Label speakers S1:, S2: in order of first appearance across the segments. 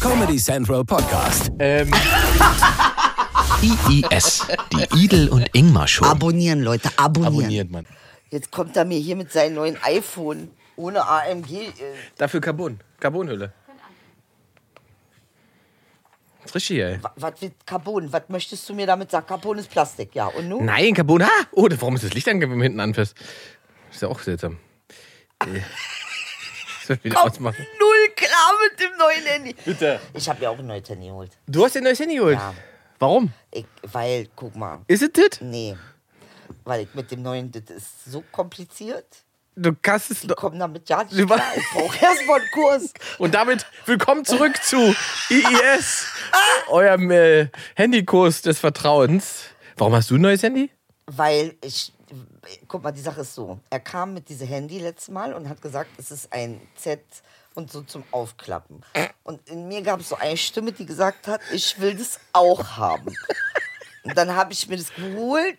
S1: Comedy Central Podcast.
S2: Ähm,
S3: IIS, die Idel und Ingmar Show.
S4: Abonnieren, Leute, abonnieren.
S2: abonniert man.
S4: Jetzt kommt er mir hier mit seinem neuen iPhone ohne AMG. äh,
S2: Dafür Carbon. Carbonhülle. Ist richtig, ey.
S4: wa- Was mit Carbon? Was möchtest du mir damit sagen? Carbon ist Plastik, ja. Und nun?
S2: Nein, Carbon. Ha! Oh, warum ist das Licht ange hinten anfest? Ist ja auch seltsam. Äh. Soll ich wieder
S4: Kommt
S2: ausmachen?
S4: null klar mit dem neuen Handy.
S2: Bitte.
S4: Ich habe ja auch ein neues Handy geholt.
S2: Du hast dir ein neues Handy geholt.
S4: Ja.
S2: Warum?
S4: Ich, weil, guck mal,
S2: Ist es das?
S4: nee. Weil ich mit dem neuen, das ist so kompliziert.
S2: Du kannst es
S4: Die
S2: doch.
S4: kommen damit ja nicht
S2: Sie
S4: klar.
S2: war-
S4: Ich brauche erstmal einen Kurs.
S2: Und damit willkommen zurück zu IIS, eurem äh, Handykurs des Vertrauens. Warum hast du ein neues Handy?
S4: Weil ich, guck mal, die Sache ist so. Er kam mit diesem Handy letztes Mal und hat gesagt, es ist ein Z und so zum Aufklappen. Und in mir gab es so eine Stimme, die gesagt hat, ich will das auch haben. Und dann habe ich mir das geholt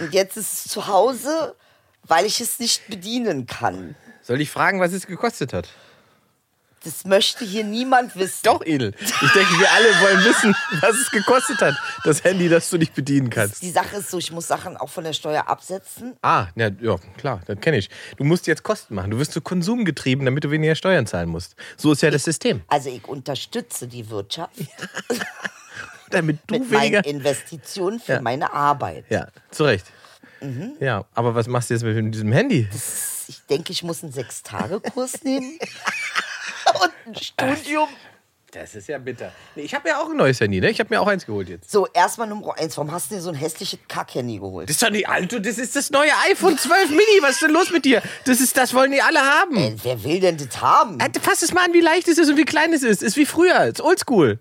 S4: und jetzt ist es zu Hause, weil ich es nicht bedienen kann.
S2: Soll ich fragen, was es gekostet hat?
S4: Das möchte hier niemand wissen.
S2: Doch, Edel. Ich denke, wir alle wollen wissen, was es gekostet hat, das Handy, das du nicht bedienen kannst.
S4: Die Sache ist so, ich muss Sachen auch von der Steuer absetzen.
S2: Ah, ja, ja klar, das kenne ich. Du musst jetzt Kosten machen. Du wirst zu Konsum getrieben, damit du weniger Steuern zahlen musst. So ist ja das System.
S4: Also ich unterstütze die Wirtschaft
S2: Damit du
S4: mit meinen
S2: weniger.
S4: Investitionen für
S2: Ja.
S4: meine Arbeit.
S2: Ja, zu Recht. Ja, aber was machst du jetzt mit diesem Handy?
S4: Ich denke, ich muss einen Sechs-Tage-Kurs nehmen Äh. und ein Studium.
S2: Das ist ja bitter. Nee, ich habe ja auch ein neues Handy, ne? Ich habe mir auch eins geholt jetzt.
S4: So, erstmal Nummer eins. Warum hast du dir so ein hässliches Kack-Handy geholt?
S2: Das ist doch nicht alt, du, das ist das neue iPhone 12 Mini. Was ist denn los mit dir? Das ist, das wollen die alle haben.
S4: Äh, Wer will denn das haben?
S2: Äh, Fass es mal an, wie leicht es ist und wie klein es ist. Ist wie früher, ist oldschool.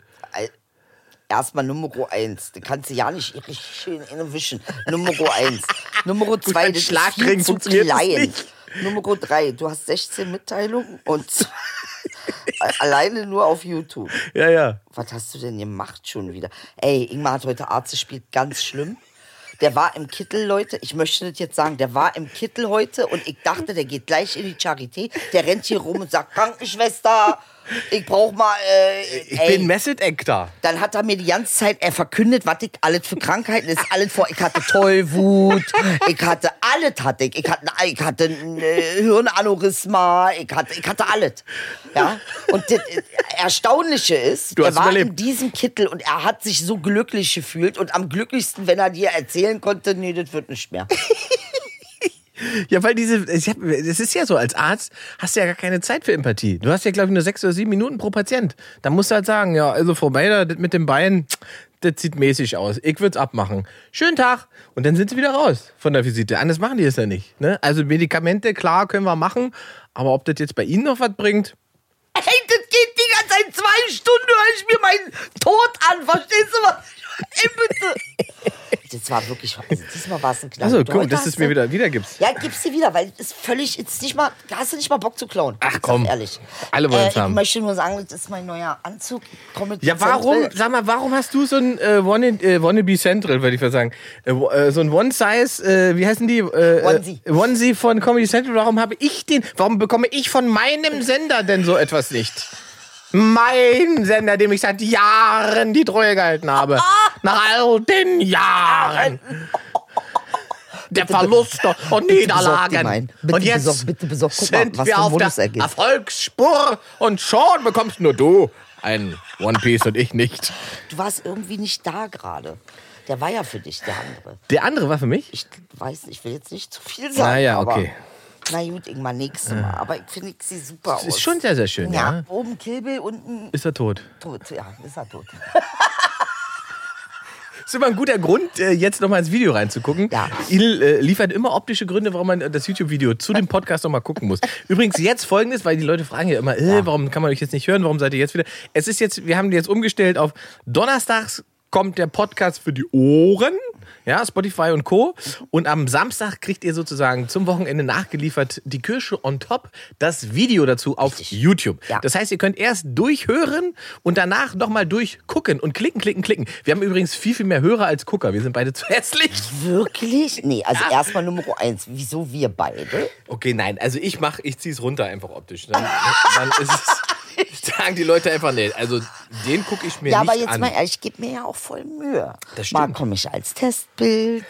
S4: Erstmal Nummer eins. Da kannst du ja nicht richtig schön innerwischen. Nummer eins. Nummer zwei,
S2: beim
S4: das ist
S2: Schlagring
S4: viel zu
S2: funktioniert das
S4: klein.
S2: nicht.
S4: Nummer drei, du hast 16 Mitteilungen und äh, alleine nur auf YouTube.
S2: Ja, ja.
S4: Was hast du denn gemacht schon wieder? Ey, Ingmar hat heute Arzt gespielt, ganz schlimm. Der war im Kittel, Leute. Ich möchte das jetzt sagen. Der war im Kittel heute und ich dachte, der geht gleich in die Charité. Der rennt hier rum und sagt, Krankenschwester, ich brauch mal... Äh,
S2: Ich
S4: ey.
S2: bin Method Actor.
S4: Dann hat er mir die ganze Zeit, er verkündet, was ich alles für Krankheiten ist. Alles vor, ich hatte Tollwut, ich hatte alles hatte ich. Ich hatte, ich hatte ein äh, Hirnaneurysma, ich hatte, ich hatte alles. Ja? Und das äh, Erstaunliche ist,
S2: Du
S4: er
S2: hast
S4: war
S2: überlebt.
S4: in diesem Kittel und er hat sich so glücklich gefühlt und am glücklichsten, wenn er dir erzählen konnte, nee, das wird nicht mehr.
S2: Ja, weil diese, ich hab, es ist ja so, als Arzt hast du ja gar keine Zeit für Empathie. Du hast ja, glaube ich, nur sechs oder sieben Minuten pro Patient. Da musst du halt sagen, ja, also Frau Meider, das mit dem Bein, das sieht mäßig aus. Ich würde es abmachen. Schönen Tag. Und dann sind sie wieder raus von der Visite. Anders machen die es ja nicht. Ne? Also Medikamente, klar, können wir machen. Aber ob das jetzt bei Ihnen noch was bringt,
S4: Ey, das geht die ganze Zeit zwei Stunden, höre ich mir meinen Tod an. Verstehst du was? Ey, bitte. Das war wirklich, also diesmal war es ein Knall.
S2: also
S4: Und
S2: guck,
S4: heute
S2: dass
S4: hast
S2: du es mir
S4: du-
S2: wieder, wieder gibst.
S4: Ja, gib's dir wieder, weil es ist völlig, es ist nicht mal, da hast du nicht mal Bock zu klauen.
S2: Ach,
S4: Ich sag
S2: komm.
S4: Ehrlich.
S2: Alle wollen's
S4: ich
S2: haben.
S4: Ich möchte nur sagen, das ist mein neuer Anzug. Ich komm mit
S2: Ja, warum,
S4: Zentral-
S2: sag mal, warum hast du so ein äh, One in, äh, Wannabe Central, würde ich mal sagen, äh, wo- äh, so ein One Size, äh, wie heißen die? Äh,
S4: Onesie.
S2: Äh, Onesie von Comedy Central, warum habe ich den, warum bekomme ich von meinem Sender denn so etwas nicht? Mein Sender, dem ich seit Jahren die Treue gehalten habe. Nach all den Jahren. Der Verluste und
S4: besorg die
S2: Niederlagen.
S4: meinen. Bitte
S2: und jetzt
S4: besorg- bitte besorg. Guck mal,
S2: sind
S4: was
S2: wir
S4: für ein
S2: auf
S4: Bonus
S2: der
S4: er gibt.
S2: Erfolgsspur und schon bekommst nur du einen One Piece und ich nicht.
S4: Du warst irgendwie nicht da gerade. Der war ja für dich, der andere.
S2: Der andere war für mich?
S4: Ich weiß nicht, ich will jetzt nicht zu viel sagen.
S2: Ah ja,
S4: aber,
S2: okay. Hm.
S4: Na gut, irgendwann nächstes Mal. Aber ich finde, ich sehe super aus.
S2: Ist schon sehr, sehr schön,
S4: ja.
S2: ja.
S4: Oben Kilbe, unten
S2: Ist er tot.
S4: tot. Ja, ist er tot.
S2: Ist immer ein guter Grund, äh, jetzt nochmal ins Video reinzugucken.
S4: Ja.
S2: Il äh, liefert immer optische Gründe, warum man äh, das YouTube-Video zu dem Podcast nochmal gucken muss. Übrigens jetzt folgendes, weil die Leute fragen ja immer, äh, warum kann man euch jetzt nicht hören, warum seid ihr jetzt wieder... Es ist jetzt, wir haben die jetzt umgestellt auf Donnerstags kommt der Podcast für die Ohren, ja, Spotify und Co. Und am Samstag kriegt ihr sozusagen zum Wochenende nachgeliefert die Kirsche on top, das Video dazu auf YouTube.
S4: Ja.
S2: Das heißt, ihr könnt erst durchhören und danach nochmal durchgucken und klicken, klicken, klicken. Wir haben übrigens viel, viel mehr Hörer als Gucker. Wir sind beide zu hässlich.
S4: Wirklich? Nee, also erstmal Nummer eins. Wieso wir beide?
S2: Okay, nein, also ich mach, ich zieh's runter einfach optisch. Dann, dann ist es. sagen die Leute einfach, nee, also den gucke ich mir
S4: Ja,
S2: nicht
S4: aber jetzt
S2: an.
S4: mal ehrlich, ich gebe mir ja auch voll Mühe.
S2: Das stimmt.
S4: mal komme ich als Testbild.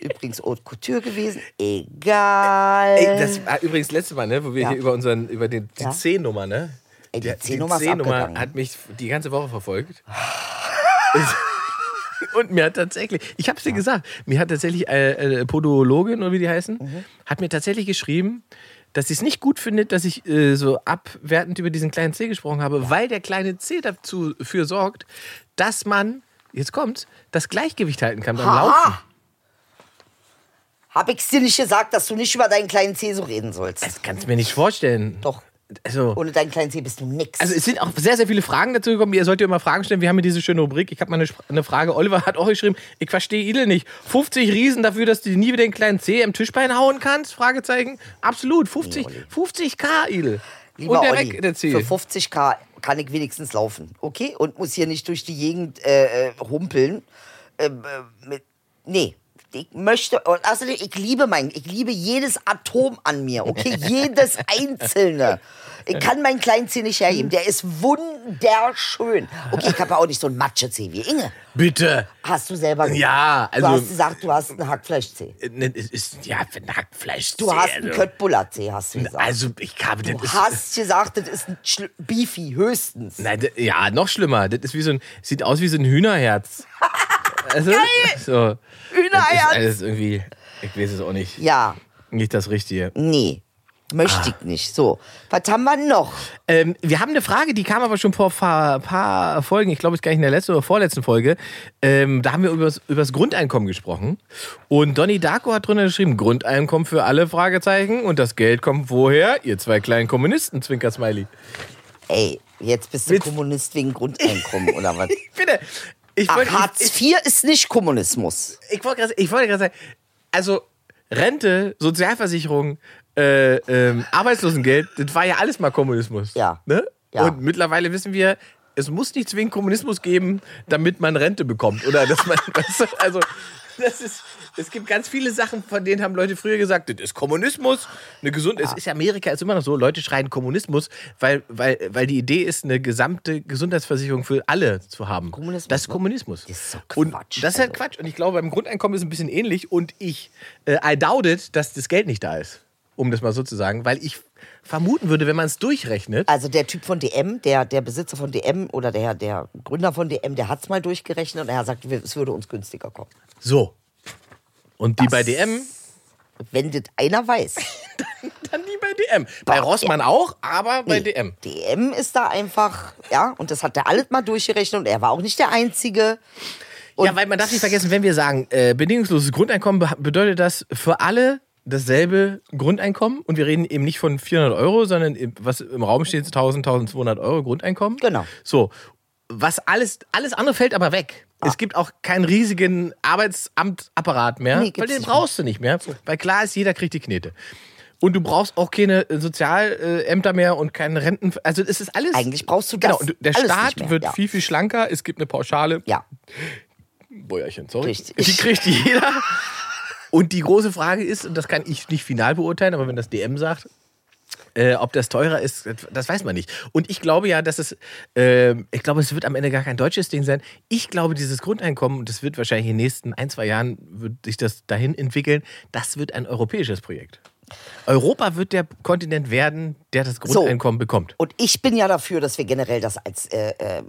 S4: Übrigens Haute Couture gewesen. Egal.
S2: Ey, das war übrigens letzte Mal, ne, wo wir
S4: Äh, Ja.
S2: hier über unseren, über den, die
S4: Ja.
S2: C-Nummer, ne?
S4: Ey, die
S2: Der-
S4: C-Nummer ist abgegangen.
S2: hat mich die ganze Woche verfolgt. Und mir hat tatsächlich, ich hab's dir gesagt, mir hat tatsächlich äh, äh, Podologin oder wie die heißen,
S4: Mhm.
S2: hat mir tatsächlich geschrieben, dass sie es nicht gut findet, dass ich äh, so abwertend über diesen kleinen C gesprochen habe, weil der kleine C dazu für sorgt, dass man, jetzt kommt's, das Gleichgewicht halten kann beim Laufen.
S4: Aha. Hab ich's dir nicht gesagt, dass du nicht über deinen kleinen Zeh so reden sollst?
S2: Das kannst du mir nicht vorstellen.
S4: Doch.
S2: Also,
S4: Ohne deinen kleinen Zeh bist du nix.
S2: Also es sind auch sehr, sehr viele Fragen dazu gekommen. Ihr sollt ja immer Fragen stellen. Wir haben ja diese schöne Rubrik. Ich habe mal eine, Spr- eine Frage. Oliver hat auch geschrieben, ich verstehe Idel nicht. 50 Riesen dafür, dass du nie wieder den kleinen Zeh im Tischbein hauen kannst? Fragezeichen. Absolut. 50, 50k, Idel.
S4: Lieber
S2: Und der
S4: Olli,
S2: weg, der Zeh.
S4: für 50k kann ich wenigstens laufen, okay? Und muss hier nicht durch die Gegend äh, äh, humpeln. Ähm, äh, mit, nee, ich möchte, und außerdem, ich liebe mein, ich liebe jedes Atom an mir, okay? jedes einzelne. Ich kann meinen kleinen Zeh nicht herheben, der ist wunderschön. Okay, ich habe ja auch nicht so einen Matschezeh wie Inge.
S2: Bitte.
S4: Hast du selber gesagt.
S2: Ja,
S4: Du
S2: also-
S4: hast gesagt, du hast einen Hackfleischzeh.
S2: Äh, ne, es Ist, ja, für Nacktfleisch.
S4: Du hast einen Köttbullerzeh, hast du gesagt.
S2: Also ich habe
S4: du
S2: das ist-
S4: hast gesagt, das ist ein Schl- Beefy, höchstens.
S2: Nein, d- ja, noch schlimmer. Das ist wie so ein, sieht aus wie so ein Hühnerherz. Also, Geil. So. Das ist
S4: Hühnerherz.
S2: alles irgendwie, ich weiß es auch nicht.
S4: Ja,
S2: Nicht das Richtige.
S4: nee. Möchte
S2: Ah.
S4: ich nicht. So, was haben wir noch?
S2: Ähm, wir haben eine Frage, die kam aber schon vor ein paar Folgen, ich glaube, es ist gar nicht in der letzten oder vorletzten Folge. Ähm, da haben wir über das, Grundeinkommen gesprochen. Und Donny Darko hat drunter geschrieben, Grundeinkommen für alle, Fragezeichen. Und das Geld kommt woher? Ihr zwei kleinen Kommunisten, Zwinker Smiley.
S4: Ey, jetzt bist du
S2: Mit-
S4: Kommunist wegen Grundeinkommen oder was?
S2: Bitte. Ich
S4: Ach,
S2: wollte
S4: Hartz
S2: ich,
S4: IV ist nicht Kommunismus.
S2: ich, ich wollte gerade ich wollte gerade sagen, also Rente, Sozialversicherung, äh, ähm, Arbeitslosengeld, das war ja alles mal Kommunismus.
S4: Ja.
S2: Ne?
S4: Ja.
S2: Und mittlerweile wissen wir, es muss nicht zwingend Kommunismus geben, damit man Rente bekommt. Oder dass man, weißt du, also, das ist, es gibt ganz viele Sachen, von denen haben Leute früher gesagt, das ist Kommunismus. Eine gesunde, es ist Amerika, ist immer noch so, Leute schreien Kommunismus, weil, weil, weil die Idee ist, eine gesamte Gesundheitsversicherung für alle zu haben.
S4: Kommunismus,
S2: das ist
S4: ne?
S2: Kommunismus.
S4: Das ist doch
S2: und
S4: Quatsch,
S2: das ist halt
S4: also.
S2: Quatsch. Und ich glaube, beim Grundeinkommen ist es ein bisschen ähnlich. Und ich, äh, I doubt it, dass das Geld nicht da ist. Um das mal so zu sagen. Weil ich vermuten würde, wenn man es durchrechnet,
S4: Also der Typ von DM, der, der Besitzer von DM oder der, der Gründer von DM, der hat es mal durchgerechnet und er sagt, wir- es würde uns günstiger kommen.
S2: so. Und die bei DM,
S4: Wenn das einer weiß.
S2: dann die bei DM. Bei Rossmann auch, aber bei DM.
S4: DM ist da einfach, ja, und das hat er alles mal durchgerechnet und er war auch nicht der Einzige.
S2: ja, weil man darf nicht vergessen, wenn wir sagen, äh, bedingungsloses Grundeinkommen beh- bedeutet das für alle dasselbe Grundeinkommen und wir reden eben nicht von 400 Euro, sondern im- was im Raum steht, 1000, 1200 Euro Grundeinkommen.
S4: Genau.
S2: So, was alles, alles andere fällt aber weg.
S4: Ah.
S2: Es gibt auch keinen riesigen Arbeitsamtapparat mehr,
S4: Nee,
S2: weil
S4: gibt's
S2: den
S4: nicht
S2: brauchst du nicht mehr, weil klar ist, jeder kriegt die Knete. Und du brauchst auch keine äh, Sozialämter mehr und keine Renten. Also es ist alles.
S4: Eigentlich brauchst du
S2: Genau,
S4: das
S2: und der
S4: alles nicht
S2: Staat
S4: mehr,
S2: wird
S4: ja.
S2: viel, viel schlanker. Es gibt eine Pauschale.
S4: Ja,
S2: Bäuerchen, sorry.
S4: Richtig.
S2: Die kriegt jeder. Und die große Frage ist, und das kann ich nicht final beurteilen, aber wenn das DM sagt, äh, ob das teurer ist, das weiß man nicht. Und ich glaube ja, dass es, ähm, ich glaube, es wird am Ende gar kein deutsches Ding sein. Ich glaube, dieses Grundeinkommen, und das wird wahrscheinlich in den nächsten ein, zwei Jahren, wird sich das dahin entwickeln, das wird ein europäisches Projekt. Europa wird der Kontinent werden, der das Grundeinkommen bekommt.
S4: Und ich bin ja dafür, dass wir generell das als äh, äh,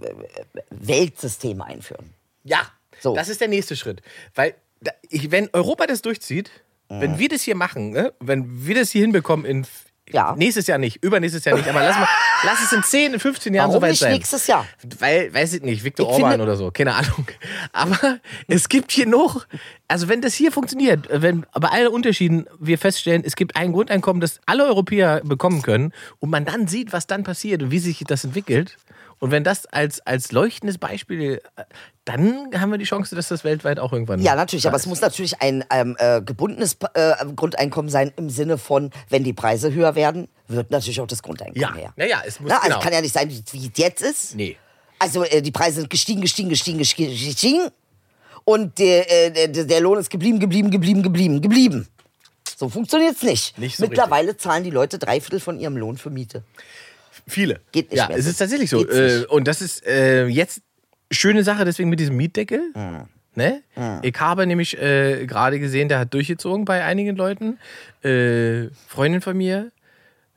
S4: Weltsystem einführen.
S2: Ja,
S4: So.
S2: das ist der nächste Schritt. Weil, da, ich, wenn Europa das durchzieht,
S4: Mhm.
S2: wenn wir das hier machen, ne? wenn wir das hier hinbekommen in. f-
S4: Ja.
S2: Nächstes Jahr nicht, übernächstes Jahr nicht, aber lass, mal, lass es in 10, in 15 Jahren
S4: Warum
S2: soweit
S4: nicht
S2: sein.
S4: nächstes Jahr?
S2: Weil, weiß ich nicht, Viktor
S4: Ich
S2: Orban
S4: finde-
S2: oder so, keine Ahnung. Aber es gibt hier noch, also wenn das hier funktioniert, wenn bei allen Unterschieden wir feststellen, es gibt ein Grundeinkommen, das alle Europäer bekommen können und man dann sieht, was dann passiert und wie sich das entwickelt. Und wenn das als, als leuchtendes Beispiel, äh, dann haben wir die Chance, dass das weltweit auch irgendwann.
S4: Ja, natürlich, aber es muss natürlich ein ähm, äh, gebundenes äh, Grundeinkommen sein im Sinne von, wenn die Preise höher werden, wird natürlich auch das Grundeinkommen
S2: Ja,
S4: höher.
S2: naja, es muss.
S4: Na, also
S2: genau.
S4: kann ja nicht sein, wie wie es jetzt ist.
S2: Nee.
S4: Also äh, die Preise sind gestiegen, gestiegen, gestiegen, gestiegen, gestiegen. Und der, äh, der, der Lohn ist geblieben, geblieben, geblieben, geblieben, geblieben. So funktioniert's nicht.
S2: Nicht so
S4: Mittlerweile zahlen die Leute drei Viertel von ihrem Lohn für Miete.
S2: Viele.
S4: Geht nicht
S2: ja,
S4: mehr
S2: es
S4: so.
S2: ist tatsächlich so.
S4: Geht's
S2: Äh,
S4: nicht.
S2: und das ist äh, jetzt schöne Sache, deswegen mit diesem Mietdeckel.
S4: Hm.
S2: Ne? Ich habe nämlich äh, gerade gesehen, der hat durchgezogen bei einigen Leuten. Äh, Freundin von mir,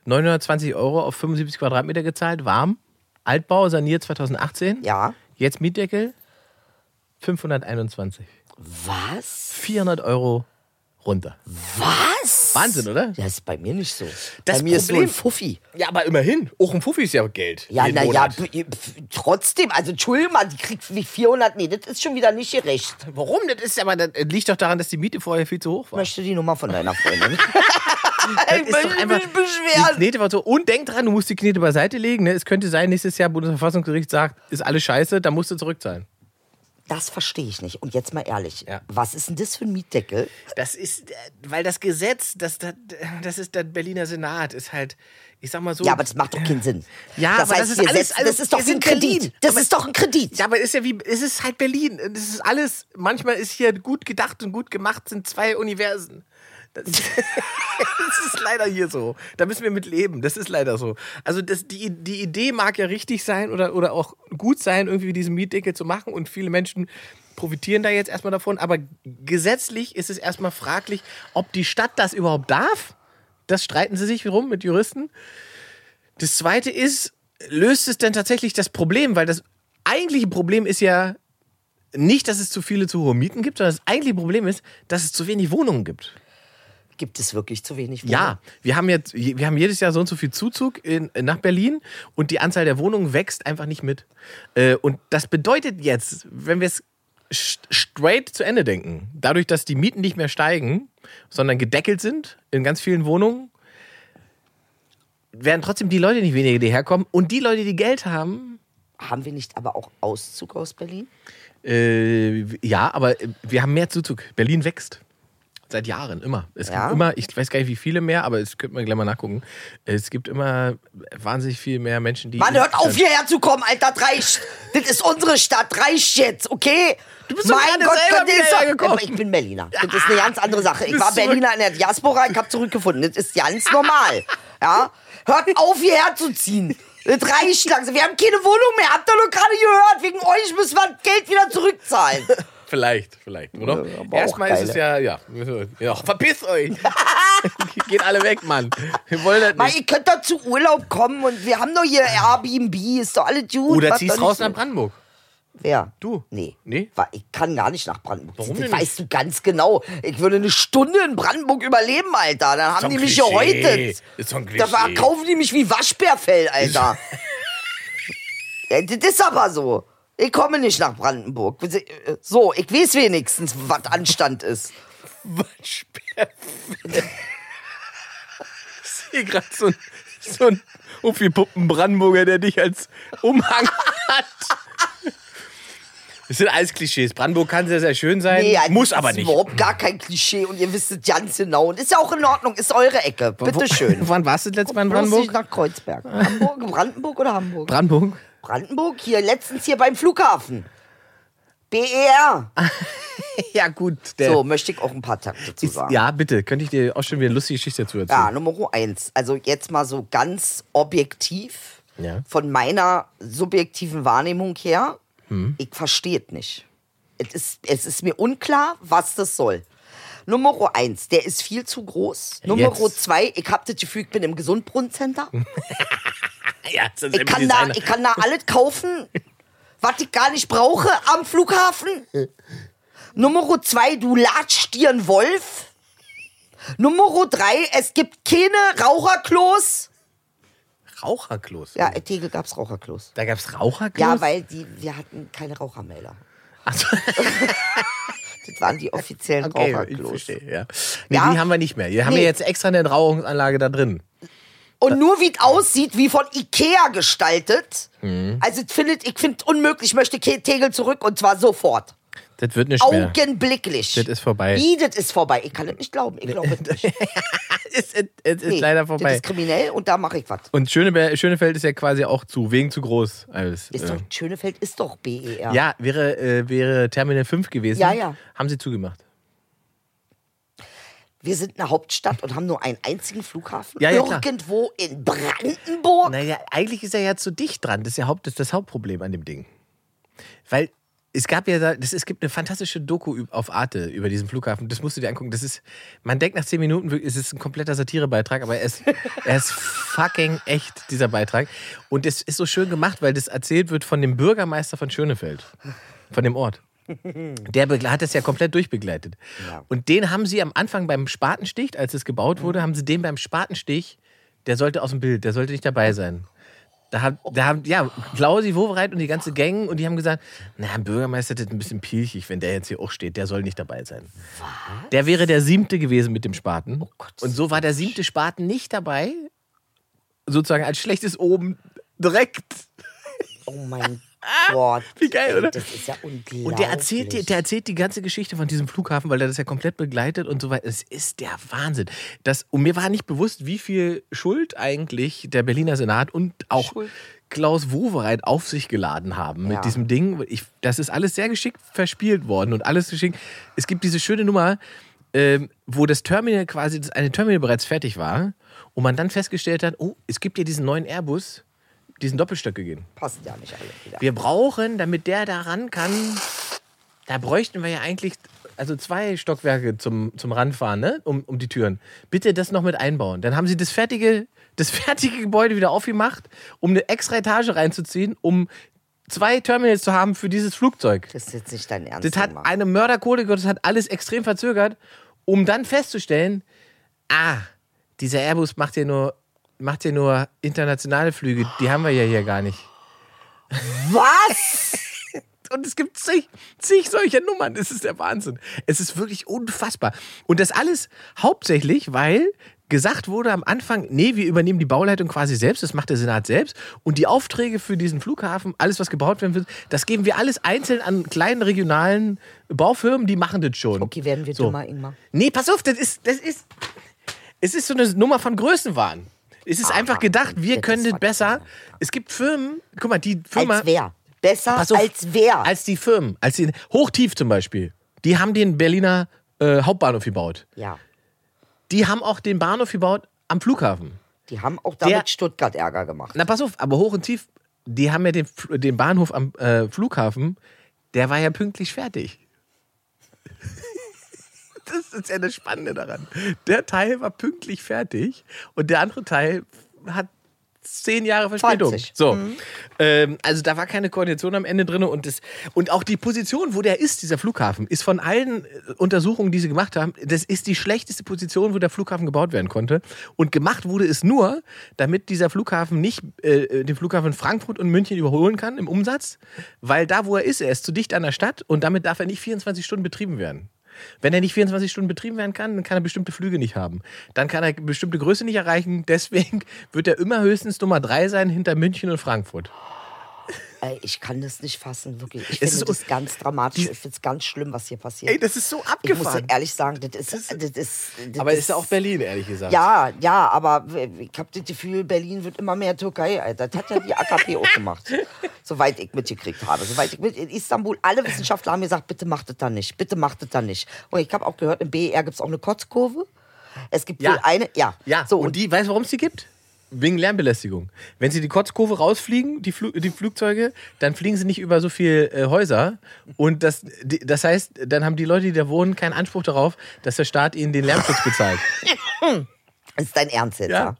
S2: 920 Euro auf 75 Quadratmeter gezahlt, warm. Altbau, saniert 2018.
S4: Ja.
S2: Jetzt Mietdeckel, 521.
S4: Was?
S2: 400 Euro runter.
S4: Was?
S2: Wahnsinn, oder?
S4: Das ist bei mir nicht so.
S2: Das
S4: bei mir ist nur
S2: Problem-
S4: ein Fuffi.
S2: Ja, aber immerhin. Auch ein Fuffi ist ja Geld.
S4: Ja,
S2: jeden
S4: naja,
S2: Monat.
S4: trotzdem, also Entschuldigung mal, die kriegt wie 400, nee, das ist schon wieder nicht gerecht.
S2: Warum? Das ist ja aber das liegt doch daran, dass die Miete vorher viel zu hoch
S4: Ich
S2: war.
S4: möchte die Nummer von deiner Freundin.
S2: Das
S4: möchte mich beschweren.
S2: Die Knete war so. Und denk dran, du musst die Knete beiseite legen. Ne? Es könnte sein, nächstes Jahr Bundesverfassungsgericht sagt, ist alles scheiße, dann musst du zurückzahlen.
S4: Das verstehe ich nicht. Und jetzt mal ehrlich,
S2: Ja.
S4: was ist denn das für ein Mietdeckel?
S2: Das ist, äh, weil das Gesetz, das, das, das ist der Berliner Senat, ist halt, ich sag mal so.
S4: Ja, aber das macht doch keinen Sinn.
S2: Ja,
S4: das
S2: aber das ist
S4: wir
S2: alles-
S4: setzen-
S2: alles-
S4: das ist doch
S2: wir
S4: ein
S2: sind
S4: Kredit.
S2: Berlin.
S4: Das
S2: Aber-
S4: ist doch ein Kredit.
S2: Ja, aber ist ja wie, es ist halt Berlin. Das ist alles, manchmal ist hier gut gedacht und gut gemacht, sind zwei Universen. Das, das ist leider hier so. Da müssen wir mit leben. Das ist leider so. Also das, die, die Idee mag ja richtig sein oder, oder auch gut sein, irgendwie diesen Mietdeckel zu machen und viele Menschen profitieren da jetzt erstmal davon. Aber gesetzlich ist es erstmal fraglich, ob die Stadt das überhaupt darf. Das streiten sie sich rum mit Juristen. Das zweite ist, löst es denn tatsächlich das Problem? Weil das eigentliche Problem ist ja nicht, dass es zu viele zu hohe Mieten gibt, sondern das eigentliche Problem ist, dass es zu wenig Wohnungen gibt.
S4: Gibt es wirklich zu wenig Wohnungen?
S2: Ja, wir haben jetzt, wir haben jedes Jahr so und so viel Zuzug in, nach Berlin und die Anzahl der Wohnungen wächst einfach nicht mit. Äh, Und das bedeutet jetzt, wenn wir es st- straight zu Ende denken, dadurch, dass die Mieten nicht mehr steigen, sondern gedeckelt sind in ganz vielen Wohnungen, werden trotzdem die Leute nicht weniger, die herkommen und die Leute, die Geld haben,
S4: Haben wir nicht aber auch Auszug aus Berlin?
S2: äh, ja, aber äh, wir haben mehr Zuzug. Berlin wächst. Seit Jahren, immer. Es
S4: Ja?
S2: gibt immer, ich weiß gar nicht, wie viele mehr, aber es könnte man gleich mal nachgucken. Es gibt immer wahnsinnig viel mehr Menschen, die. Äh,
S4: Mann, hört auf, hierher zu kommen, Alter, das reicht. Das ist unsere Stadt, reicht jetzt, okay? Du
S2: bist doch gerade selber
S4: könnt ihr
S2: wieder
S4: das-
S2: hergekommen.
S4: Ich bin Berliner. Das ist eine ganz andere Sache. Ich
S2: Bist
S4: war
S2: zurück.
S4: Berliner in der Diaspora, ich habe zurückgefunden. Das ist ganz normal. Ja? Hört auf, hierher zu ziehen. Das reicht langsam. Wir haben keine Wohnung mehr. Habt ihr doch gerade gehört. Wegen euch müssen wir das Geld wieder zurückzahlen.
S2: Vielleicht, vielleicht, oder?
S4: Ja, aber auch
S2: Erstmal ist es ja, ja, ja. Verpiss euch! Geht alle weg, Mann. Wir wollen das
S4: Mal,
S2: nicht.
S4: ihr könnt doch zu Urlaub kommen und wir haben doch hier Airbnb, ist doch alle gut.
S2: Oder
S4: macht
S2: ziehst
S4: doch nicht
S2: raus
S4: so-
S2: nach Brandenburg.
S4: Wer?
S2: Du.
S4: Nee.
S2: Nee?
S4: Wa- Ich kann gar nicht nach Brandenburg.
S2: Warum
S4: das
S2: denn
S4: weißt du ganz genau. Ich würde eine Stunde in Brandenburg überleben, Alter. Dann haben
S2: ein
S4: die mich
S2: Klischee.
S4: gehäutet.
S2: Ist so ein
S4: Da
S2: Klischee.
S4: verkaufen die mich wie Waschbärfell, Alter. ja, das ist aber so. Ich komme nicht nach Brandenburg. Äh, So, ich weiß wenigstens, was Anstand ist.
S2: ist hier gerade so ein, so ein Uffi-Puppen-Brandenburger, der dich als Umhang hat. Das sind alles Klischees. Brandenburg kann sehr, sehr schön sein,
S4: Nee, also
S2: Äh, muss
S4: das
S2: aber
S4: ist
S2: nicht.
S4: überhaupt gar kein Klischee und ihr wisst es ganz genau. Und ist ja auch in Ordnung, ist eure Ecke. Bitteschön.
S2: Wann warst du das letzte Mal in
S4: Bloß nicht
S2: Brandenburg?
S4: nach Kreuzberg. Hamburg, Brandenburg oder Hamburg?
S2: Brandenburg?
S4: Brandenburg, hier letztens hier beim Flughafen. E BER.
S2: Ja, gut. Der
S4: So, möchte ich auch ein paar Takte zu
S2: ist,
S4: sagen.
S2: ja, bitte. Könnte ich dir auch schon wieder eine lustige Geschichte dazu erzählen?
S4: Ja, Nummer eins. Also jetzt mal so ganz objektiv
S2: Ja.
S4: von meiner subjektiven Wahrnehmung her. Ich verstehe es nicht. Es ist, es ist mir unklar, was das soll. Nummer eins, der ist viel zu groß. Nummer zwei, ich habe das Gefühl, ich bin im Gesundbrunnencenter.
S2: Ja, das ist
S4: Ich
S2: immer
S4: kann,
S2: dieses
S4: da,
S2: eine-
S4: ich kann da alles kaufen, was ich gar nicht brauche am Flughafen. Nummer zwei, du latscht dir einen Wolf. Nummer drei, es gibt keine Raucherklos.
S2: Raucherklos.
S4: Ja, in Tegel gab's Raucherklos.
S2: Da gab es Raucherklos?
S4: Ja, weil die, wir hatten keine Rauchermelder.
S2: Ach so.
S4: Das waren die offiziellen
S2: okay, ich
S4: Raucherklos.
S2: verstehe. Ja. Nee,
S4: Ja.
S2: Die haben wir nicht mehr. Die haben wir
S4: Nee.
S2: jetzt extra eine Rauchungsanlage da drin.
S4: Und nur wie es aussieht, wie von Ikea gestaltet.
S2: Mhm.
S4: Also ich finde ich find unmöglich, ich möchte Ke- Tegel zurück und zwar sofort.
S2: Das wird nicht mehr.
S4: Augenblicklich.
S2: Das ist vorbei.
S4: Wie, das ist vorbei. Ich kann das nicht glauben. Ich glaube es nicht.
S2: Es ist, es ist
S4: Nee,
S2: leider
S4: Das
S2: vorbei.
S4: ist kriminell und da mache ich was.
S2: Und Schöneber- Schönefeld ist ja quasi auch zu, wegen zu groß. Alles,
S4: Ist
S2: äh,
S4: doch, Schönefeld ist doch E BER.
S2: ja, wäre, äh, wäre Terminal 5 gewesen.
S4: Ja, ja.
S2: Haben sie zugemacht.
S4: wir sind eine Hauptstadt und haben nur einen einzigen Flughafen.
S2: Ja, ja, klar.
S4: Irgendwo in Brandenburg.
S2: Naja, eigentlich ist er ja zu dicht dran. Das ist ja Haupt, das, ist das Hauptproblem an dem Ding. Weil es gab ja da, das, es gibt eine fantastische Doku üb- auf Arte über diesen Flughafen. Das musst du dir angucken. Das ist, man denkt nach zehn Minuten, wirklich, es ist ein kompletter Satirebeitrag, aber er ist, er ist fucking echt, dieser Beitrag. Und es ist so schön gemacht, weil das erzählt wird von dem Bürgermeister von Schönefeld, von dem Ort. Der begle- hat das ja komplett durchbegleitet. Und den haben sie am Anfang beim Spatenstich, als es gebaut wurde, haben sie den beim Spatenstich, der sollte aus dem Bild, der sollte nicht dabei sein. Da haben, da haben ja, Klausi, Wowereit und die ganze Gang und die haben gesagt, na, Herr Bürgermeister, das ist ein bisschen pilchig, wenn der jetzt hier auch steht, der soll nicht dabei sein. Der wäre der siebte gewesen mit dem Spaten. und so war der siebte Spaten nicht dabei, sozusagen als schlechtes Oben direkt.
S4: Oh mein Gott.
S2: Wie geil,
S4: Ey,
S2: oder?
S4: Das ist ja unglaublich.
S2: Und der erzählt, dir, der erzählt die ganze Geschichte von diesem Flughafen, weil er das ja komplett begleitet und so weiter. Es ist der Wahnsinn. Das, und mir war nicht bewusst, wie viel Schuld eigentlich der Berliner Senat und auch Klaus Wowereit auf sich geladen haben mit
S4: Ja.
S2: diesem Ding. Ich, das ist alles sehr geschickt verspielt worden und alles geschickt. Es gibt diese schöne Nummer, ähm, wo das Terminal quasi, das eine Terminal bereits fertig war und man dann festgestellt hat, oh, es gibt ja diesen neuen Airbus, diesen Doppelstöckigen.
S4: Passt ja nicht alle wieder.
S2: Wir brauchen, damit der da ran kann, da bräuchten wir ja eigentlich also zwei Stockwerke zum, zum Ranfahren, ne? um, um die Türen. Bitte das noch mit einbauen. Dann haben sie das fertige, das fertige Gebäude wieder aufgemacht, um eine extra Etage reinzuziehen, um zwei Terminals zu haben für dieses Flugzeug.
S4: Das ist jetzt nicht dein Ernst.
S2: Das hat
S4: Ingmar.
S2: eine Mörderkohle gekostet, das hat alles extrem verzögert, um dann festzustellen, ah, dieser Airbus macht hier nur, macht hier nur internationale Flüge, die haben wir ja hier gar nicht.
S4: Was?
S2: Und es gibt zig, zig solcher Nummern. Es ist der Wahnsinn. Es ist wirklich unfassbar. Und das alles hauptsächlich, weil gesagt wurde am Anfang, nee, wir übernehmen die Bauleitung quasi selbst, das macht der Senat selbst. Und die Aufträge für diesen Flughafen, alles, was gebaut werden wird, das geben wir alles einzeln an kleinen regionalen Baufirmen, die machen das schon.
S4: Okay, werden wir dümmer, Ingmar?
S2: Nee, pass auf, das ist, das ist, es ist so eine Nummer von Größenwahn. Es ist einfach gedacht, wir
S4: das
S2: können das
S4: war
S2: besser. Es gibt Firmen, guck mal, die Firma...
S4: Als wer? Besser
S2: Pass auf,
S4: als wer?
S2: Als die Firmen, als die Hochtief zum Beispiel. Die haben den Berliner äh, Hauptbahnhof gebaut.
S4: ja.
S2: Die haben auch den Bahnhof gebaut am Flughafen.
S4: Die haben auch damit
S2: Der-
S4: Stuttgart Ärger gemacht.
S2: Na pass auf, aber hoch und tief, die haben ja den, Fl- den Bahnhof am äh, Flughafen, der war ja pünktlich fertig. Das ist ja das Spannende daran. Der Teil war pünktlich fertig und der andere Teil hat zehn Jahre Verspätung.
S4: 20.
S2: So. Ähm, also da war keine Koordination am Ende drin und, das, und auch die Position, wo der ist, dieser Flughafen, ist von allen äh, Untersuchungen, die sie gemacht haben, das ist die schlechteste Position, wo der Flughafen gebaut werden konnte. Und gemacht wurde es nur, damit dieser Flughafen nicht äh, den Flughafen Frankfurt und München überholen kann im Umsatz, weil da, wo er ist, er ist zu dicht an der Stadt und damit darf er nicht 24 Stunden betrieben werden. Wenn er nicht 24 Stunden betrieben werden kann, dann kann er bestimmte Flüge nicht haben. Dann kann er bestimmte Größe nicht erreichen. Deswegen wird er immer höchstens Nummer 3 sein hinter München und Frankfurt.
S4: Ey, ich kann das nicht fassen, wirklich. Ich
S2: Es
S4: finde
S2: ist un-
S4: das ganz dramatisch.
S2: Die-
S4: Ich finde es ganz schlimm, was hier passiert.
S2: Ey, das ist so
S4: ich muss
S2: abgefahren.
S4: ehrlich sagen, das ist. Das ist das
S2: Aber es ist ja auch Berlin, ehrlich gesagt.
S4: Ja, ja, aber ich habe das Gefühl, Berlin wird immer mehr Türkei, Alter. Das hat ja die AKP auch gemacht. Soweit ich mitgekriegt habe. Soweit ich mit in Istanbul, alle Wissenschaftler haben gesagt, bitte macht das da nicht, bitte macht das da nicht. Und ich habe auch gehört, im BER gibt es auch eine Kotzkurve. Es gibt
S2: Ja.
S4: wohl eine, ja.
S2: Ja,
S4: so,
S2: und die, weißt du, warum es die gibt? Wegen Lärmbelästigung. Wenn sie die Kotzkurve rausfliegen, die, Flu die Flugzeuge, dann fliegen sie nicht über so viel äh, Häuser. Und das, die, das heißt, dann haben die Leute, die da wohnen, keinen Anspruch darauf, dass der Staat ihnen den Lärmschutz bezahlt.
S4: ist dein Ernst jetzt, ja?
S2: ja.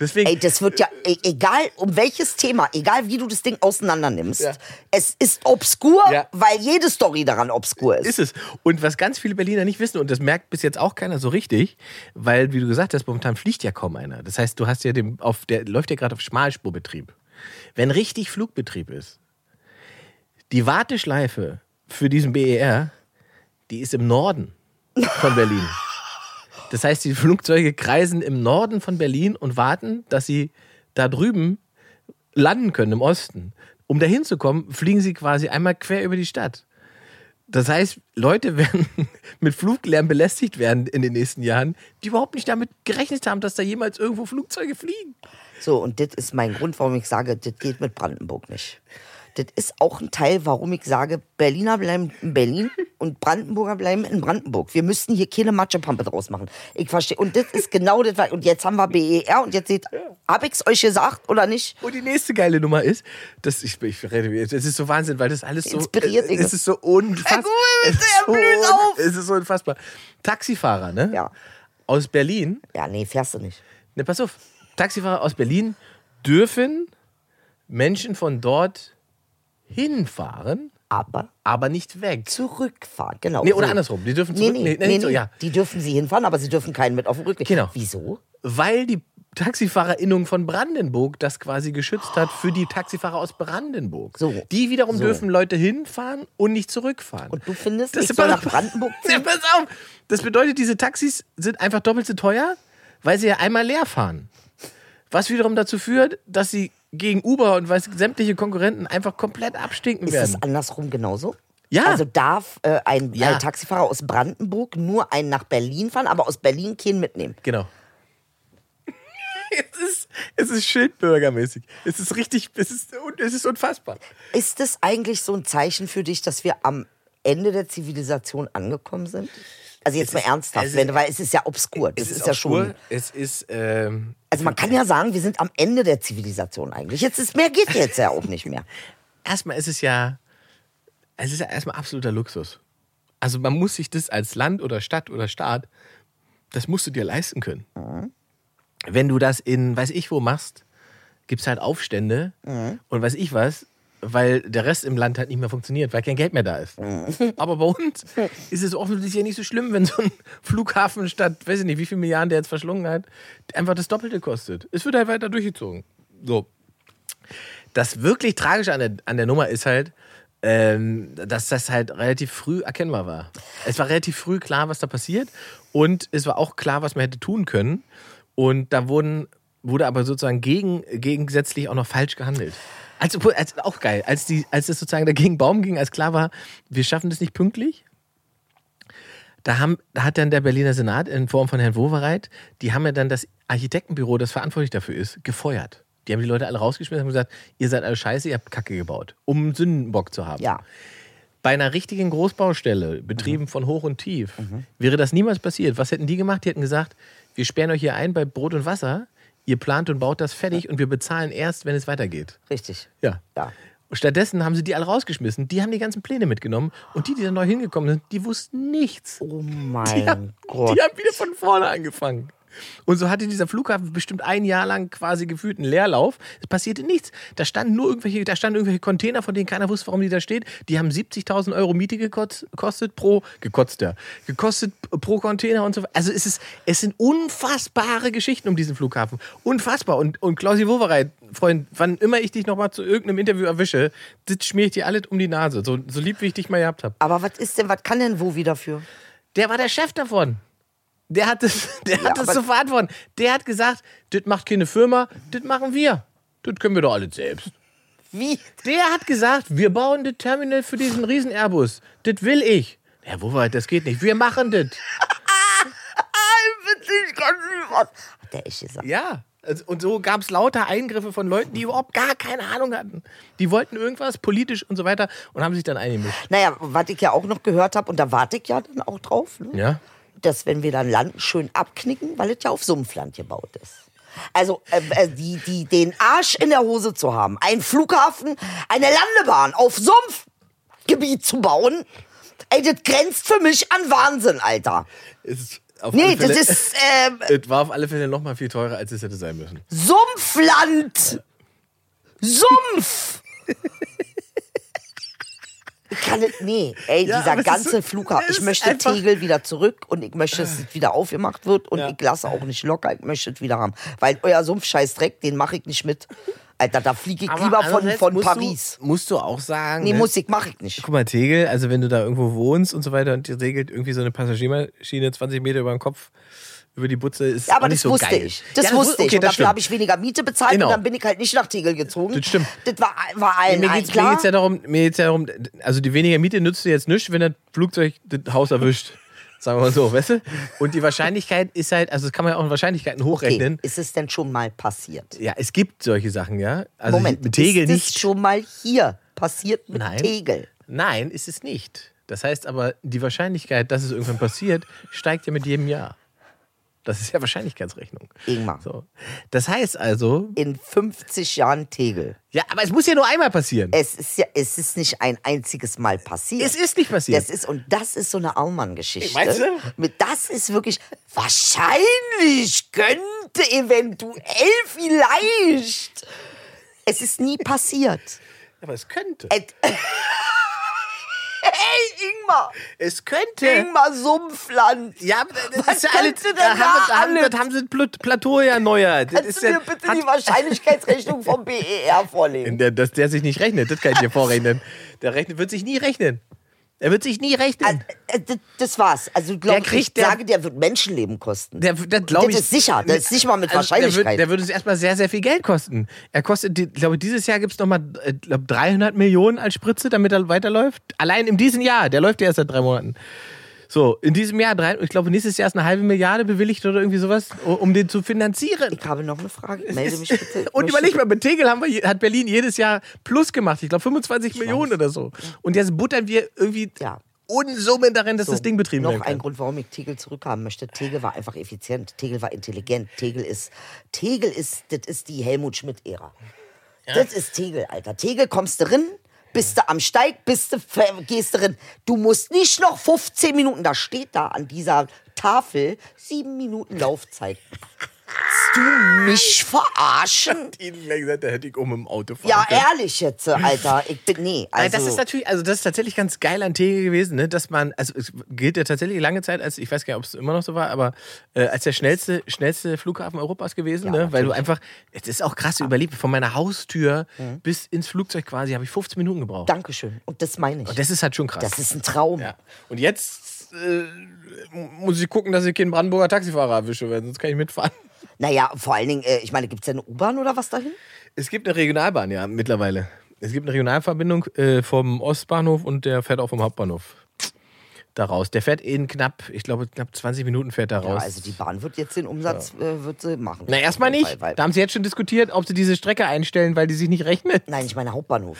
S2: Deswegen,
S4: Ey, das wird ja, e- egal um welches Thema, egal wie du das Ding auseinander nimmst, es ist obskur,
S2: Ja.
S4: weil jede Story daran obskur ist.
S2: Ist es. Und was ganz viele Berliner nicht wissen, und das merkt bis jetzt auch keiner so richtig, weil, wie du gesagt hast, momentan fliegt ja kaum einer. Das heißt, du hast ja den, auf der läuft ja gerade auf Schmalspurbetrieb. Wenn richtig Flugbetrieb ist, die Warteschleife für diesen BER, die ist im Norden von Berlin. Das heißt, die Flugzeuge kreisen im Norden von Berlin und warten, dass sie da drüben landen können im Osten. Um dahin zu kommen, fliegen sie quasi einmal quer über die Stadt. Das heißt, Leute werden mit Fluglärm belästigt werden in den nächsten Jahren, die überhaupt nicht damit gerechnet haben, dass da jemals irgendwo Flugzeuge fliegen.
S4: So, und das ist mein Grund, warum ich sage, das geht mit Brandenburg nicht. Das ist auch ein Teil, warum ich sage, Berliner bleiben in Berlin und Brandenburger bleiben in Brandenburg. Wir müssten hier keine Matschepampe draus machen. Ich verstehe. Und das ist genau das. was- Und jetzt haben wir BER und jetzt seht, hab ich's euch gesagt oder nicht?
S2: Und die nächste geile Nummer ist, dass ich, ich rede, es ist so Wahnsinn, weil das alles so äh,
S4: Inspiriert, Inge.
S2: Es ist so unfassbar.
S4: Herr Google,
S2: es,
S4: bitte,
S2: ist
S4: er
S2: so
S4: blüht
S2: un-
S4: auf.
S2: es ist so unfassbar. Taxifahrer, ne?
S4: Ja.
S2: Aus Berlin,
S4: Ja, nee, fährst du nicht.
S2: ne, pass auf, Taxifahrer aus Berlin dürfen Menschen von dort hinfahren,
S4: Aber
S2: aber nicht weg.
S4: zurückfahren, genau.
S2: Nee, oder andersrum, die dürfen
S4: Nee,
S2: zurück.
S4: nee,
S2: nee,
S4: nee,
S2: nee,
S4: nee,
S2: so, ja.
S4: Die dürfen sie hinfahren, aber sie dürfen keinen mit auf den Rückweg.
S2: Genau.
S4: Wieso?
S2: Weil die Taxifahrerinnung von Brandenburg das quasi geschützt hat für die Taxifahrer aus Brandenburg.
S4: So.
S2: Die wiederum
S4: So.
S2: dürfen Leute hinfahren und nicht zurückfahren.
S4: Und du findest,
S2: Das
S4: ich
S2: ist
S4: soll
S2: aber-
S4: nach Brandenburg
S2: Ja,
S4: ziehen?
S2: pass auf. Das bedeutet, diese Taxis sind einfach doppelt so teuer, weil sie ja einmal leer fahren. Was wiederum dazu führt, dass sie gegen Uber und weiß sämtliche Konkurrenten einfach komplett abstinken
S4: Ist
S2: werden.
S4: das andersrum genauso?
S2: Ja.
S4: Also darf äh, ein
S2: Ja.
S4: ein Taxifahrer aus Brandenburg nur einen nach Berlin fahren, aber aus Berlin keinen mitnehmen.
S2: Genau. es ist, es ist schildbürgermäßig. Es ist richtig, es ist, es ist unfassbar.
S4: Ist das eigentlich so ein Zeichen für dich, dass wir am Ende der Zivilisation angekommen sind? Also jetzt mal ernsthaft,
S2: es ist-
S4: wenn, weil es ist ja obskur. Das ist, ja
S2: obskur,
S4: schon.
S2: Es ist. Ähm,
S4: Also man kann ja sagen, wir sind am Ende der Zivilisation eigentlich. Jetzt ist mehr geht jetzt ja auch nicht mehr.
S2: erstmal ist es ja. Es ist ja erstmal absoluter Luxus. Also man muss sich das als Land oder Stadt oder Staat, das musst du dir leisten können.
S4: Mhm.
S2: Wenn du das in weiß ich wo machst, gibt es halt Aufstände
S4: Mhm.
S2: und weiß ich was, weil der Rest im Land halt nicht mehr funktioniert, weil kein Geld mehr da ist.
S4: Mhm.
S2: Aber bei uns ist es offensichtlich ja nicht so schlimm, wenn so ein Flughafen statt, weiß ich nicht, wie viele Milliarden der jetzt verschlungen hat, einfach das Doppelte kostet. Es wird halt weiter durchgezogen. So, das wirklich Tragische an der, an der Nummer ist halt, ähm, dass das halt relativ früh erkennbar war. Es war relativ früh klar, was da passiert und es war auch klar, was man hätte tun können. Und da wurden, wurde aber sozusagen gegen, gegensätzlich auch noch falsch gehandelt. Also, als, auch geil, als, die, als es sozusagen dagegen Baum ging, als klar war, wir schaffen das nicht pünktlich, da, haben, da hat dann der Berliner Senat in Form von Herrn Wowereit, die haben ja dann das Architektenbüro, das verantwortlich dafür ist, gefeuert. Die haben die Leute alle rausgeschmissen und haben gesagt, ihr seid alle scheiße, ihr habt Kacke gebaut, um einen Sündenbock zu haben.
S4: Ja.
S2: Bei einer richtigen Großbaustelle, betrieben von hoch und tief, wäre das niemals passiert. Was hätten die gemacht? Die hätten gesagt, wir sperren euch hier ein bei Brot und Wasser, ihr plant und baut das fertig und wir bezahlen erst, wenn es weitergeht.
S4: Richtig.
S2: Ja.
S4: Ja.
S2: Und stattdessen haben sie die alle rausgeschmissen, die haben die ganzen Pläne mitgenommen und die, die dann neu hingekommen sind, die wussten nichts.
S4: Oh
S2: Die haben,
S4: mein Gott.
S2: die haben wieder von vorne angefangen. Und so hatte dieser Flughafen bestimmt ein Jahr lang quasi gefühlt einen Leerlauf. Es passierte nichts. Da standen nur irgendwelche, da standen irgendwelche Container, von denen keiner wusste, warum die da steht. Die haben 70.000 Euro Miete gekotzt- gekostet pro, gekotzt ja, gekostet pro Container und so. Also es ist, es sind unfassbare Geschichten um diesen Flughafen. Unfassbar. Und, und Klausi Wowereit, Freund, wann immer ich dich nochmal zu irgendeinem Interview erwische, das schmier ich dir alles um die Nase. So, so lieb, wie ich dich mal gehabt habe.
S4: Aber was ist denn, was kann denn wo wieder für?
S2: Der war der Chef davon. Der hat es, der hat es
S4: aber-
S2: zu verantworten. Der hat gesagt, das macht keine Firma, das machen wir. Das können wir doch alles selbst.
S4: Wie?
S2: Der hat gesagt, wir bauen das Terminal für diesen riesen Airbus. Das will ich. Ja, wobei, das geht nicht. Wir machen das.
S4: Ich kann nicht was. Hat der echt gesagt.
S2: Ja. Also- Und so gab es lauter Eingriffe von Leuten, die überhaupt gar keine Ahnung hatten. Die wollten irgendwas politisch und so weiter und haben sich dann eingemischt.
S4: Naja, was ich ja auch noch gehört habe, und da warte ich ja dann auch drauf, ne?
S2: Ja?
S4: dass wenn wir dann landen, schön abknicken, weil es ja auf Sumpfland gebaut ist. Also äh, äh, die, die, den Arsch in der Hose zu haben, einen Flughafen, eine Landebahn auf Sumpfgebiet zu bauen, ey, das grenzt für mich an Wahnsinn, Alter.
S2: Es ist auf
S4: Nee,
S2: alle
S4: das
S2: Fälle-
S4: ist äh,
S2: Es war auf alle Fälle noch mal viel teurer, als es hätte sein müssen.
S4: Sumpfland! Sumpf! Ich kann nicht, nee, ey,
S2: Ja, aber
S4: dieser
S2: es ist
S4: ganze
S2: so-
S4: Flughafen.
S2: es
S4: Ich
S2: ist
S4: möchte
S2: einfach-
S4: Tegel wieder zurück und ich möchte, dass es wieder aufgemacht wird und
S2: Ja.
S4: ich lasse auch nicht locker, ich möchte es wieder haben. Weil euer Sumpfscheißdreck, den mache ich nicht mit. Alter, da fliege ich lieber von,
S2: andererseits
S4: von
S2: also musst
S4: Paris.
S2: Du, musst du auch sagen.
S4: nee,
S2: ne?
S4: muss ich, mache ich nicht.
S2: Guck mal, Tegel, also wenn du da irgendwo wohnst und so weiter und dir regelt irgendwie so eine Passagiermaschine 20 Meter über den Kopf, über die Butze, ist
S4: Ja,
S2: auch
S4: aber
S2: nicht
S4: das
S2: so
S4: wusste
S2: geil.
S4: ich. Das
S2: Ja,
S4: wusste
S2: okay,
S4: ich. Und
S2: das
S4: dafür
S2: stimmt.
S4: habe ich weniger Miete bezahlt
S2: Genau.
S4: und dann bin ich halt nicht nach Tegel gezogen.
S2: Das stimmt.
S4: Das war, war allen
S2: mir
S4: allen
S2: geht's, mir
S4: klar.
S2: geht's ja darum, mir geht's ja darum, also die weniger Miete nützt dir jetzt nichts, wenn das Flugzeug das Haus erwischt. Sagen wir mal so, weißt du? Und die Wahrscheinlichkeit ist halt, also das kann man ja auch in Wahrscheinlichkeiten hochrechnen.
S4: okay, ist es denn schon mal passiert?
S2: Ja, es gibt solche Sachen, ja. Also
S4: Moment,
S2: mit Tegel
S4: ist es
S2: nicht.
S4: schon mal hier passiert mit
S2: Nein.
S4: Tegel.
S2: Nein, ist es nicht. Das heißt aber, die Wahrscheinlichkeit, dass es irgendwann passiert, steigt ja mit jedem Jahr. Das ist ja Wahrscheinlichkeitsrechnung.
S4: Ingmar.
S2: So. Das heißt also,
S4: In 50 Jahren Tegel.
S2: ja, aber es muss ja nur einmal passieren.
S4: Es ist ja, es ist nicht ein einziges Mal passiert.
S2: Es ist nicht passiert.
S4: Das ist, und das ist so eine Aumann-Geschichte.
S2: Meinst du?
S4: Mit das ist wirklich, wahrscheinlich, könnte, eventuell, vielleicht. Es ist nie passiert.
S2: aber es könnte.
S4: Et- Ey, Ingmar!
S2: Es könnte.
S4: Ingmar Sumpfland!
S2: Ja, das
S4: Was
S2: ist ja alles,
S4: könnte denn
S2: da haben,
S4: da
S2: da haben,
S4: alles?
S2: das haben sie das Plut- Plateau ja erneuert. Das
S4: Kannst
S2: ist
S4: du
S2: ja,
S4: mir bitte
S2: hat-
S4: die Wahrscheinlichkeitsrechnung vom E BER vorlegen?
S2: In Der, dass der sich nicht rechnet, das kann ich dir vorrechnen. Der rechnet, wird sich nie rechnen. Er wird sich nie rechnen.
S4: Äh, d- Das war's. Also glaub,
S2: Der kriegt-
S4: ich
S2: der-
S4: sage, der wird Menschenleben kosten.
S2: Der, der, glaub
S4: Das
S2: ich,
S4: ist sicher. Das ist nicht mal mit
S2: also Der
S4: Wahrscheinlichkeit.
S2: würde, der würde es erstmal sehr, sehr viel Geld kosten. Er kostet, die- ich glaube, dieses Jahr gibt es nochmal äh, glaub, 300 Millionen als Spritze, damit er weiterläuft. Allein in diesem Jahr. Der läuft ja erst seit drei Monaten. So, in diesem Jahr, drei, ich glaube, nächstes Jahr ist eine halbe Milliarde bewilligt oder irgendwie sowas, u- um den zu finanzieren.
S4: Ich habe noch eine Frage. Melde mich bitte. Ich
S2: Und
S4: möchte-
S2: überleg mal, mit Tegel haben wir, je- hat Berlin jedes Jahr plus gemacht. Ich glaube 25 Millionen oder so. Und jetzt buttern wir irgendwie
S4: Ja.
S2: Unsummen darin, dass das Ding betrieben
S4: Noch
S2: werden
S4: ein
S2: kann.
S4: Grund, warum ich Tegel zurückhaben möchte. Tegel war einfach effizient. Tegel war intelligent. Tegel ist, Tegel ist, das ist die Helmut Schmidt-Ära. Das ist Tegel, Alter. Tegel kommst du rin, bist du am Steig, bist du, ver- gehst du rin. Du musst nicht noch 15 Minuten, da steht da an dieser Tafel, sieben Minuten Laufzeit. Willst du mich verarschen?
S2: Ihnen gleich gesagt, da hätte ich um im Auto fahren
S4: Ja,
S2: können.
S4: ehrlich jetzt, Alter. Ich bin, nee,
S2: Nein,
S4: also.
S2: das ist natürlich, also das ist tatsächlich ganz geil an Tegel gewesen, ne? dass man, also es gilt ja tatsächlich lange Zeit als, ich weiß gar nicht, ob es immer noch so war, aber äh, als der schnellste, schnellste Flughafen Europas gewesen, ne? weil du einfach, es ist auch krass überlebt, von meiner Haustür
S4: Mhm.
S2: bis ins Flugzeug quasi habe ich 15 Minuten gebraucht.
S4: Dankeschön. Und das meine ich.
S2: Und das ist halt schon krass.
S4: Das ist ein Traum.
S2: Ja. Und jetzt äh, muss ich gucken, dass ich keinen Brandenburger Taxifahrer erwische, weil sonst kann ich mitfahren.
S4: Naja, vor allen Dingen, äh, ich meine, gibt es denn eine U-Bahn oder was dahin?
S2: Es gibt eine Regionalbahn, ja, mittlerweile. Es gibt eine Regionalverbindung äh, vom Ostbahnhof und der fährt auch vom Hauptbahnhof da raus. Der fährt in knapp, ich glaube, knapp 20 Minuten fährt da
S4: Ja,
S2: raus.
S4: also die Bahn wird jetzt den Umsatz äh, wird sie machen.
S2: Na, erstmal nicht.
S4: Weil, weil,
S2: Da haben sie jetzt schon diskutiert, ob sie diese Strecke einstellen, weil die sich nicht rechnet.
S4: nein, ich meine Hauptbahnhof.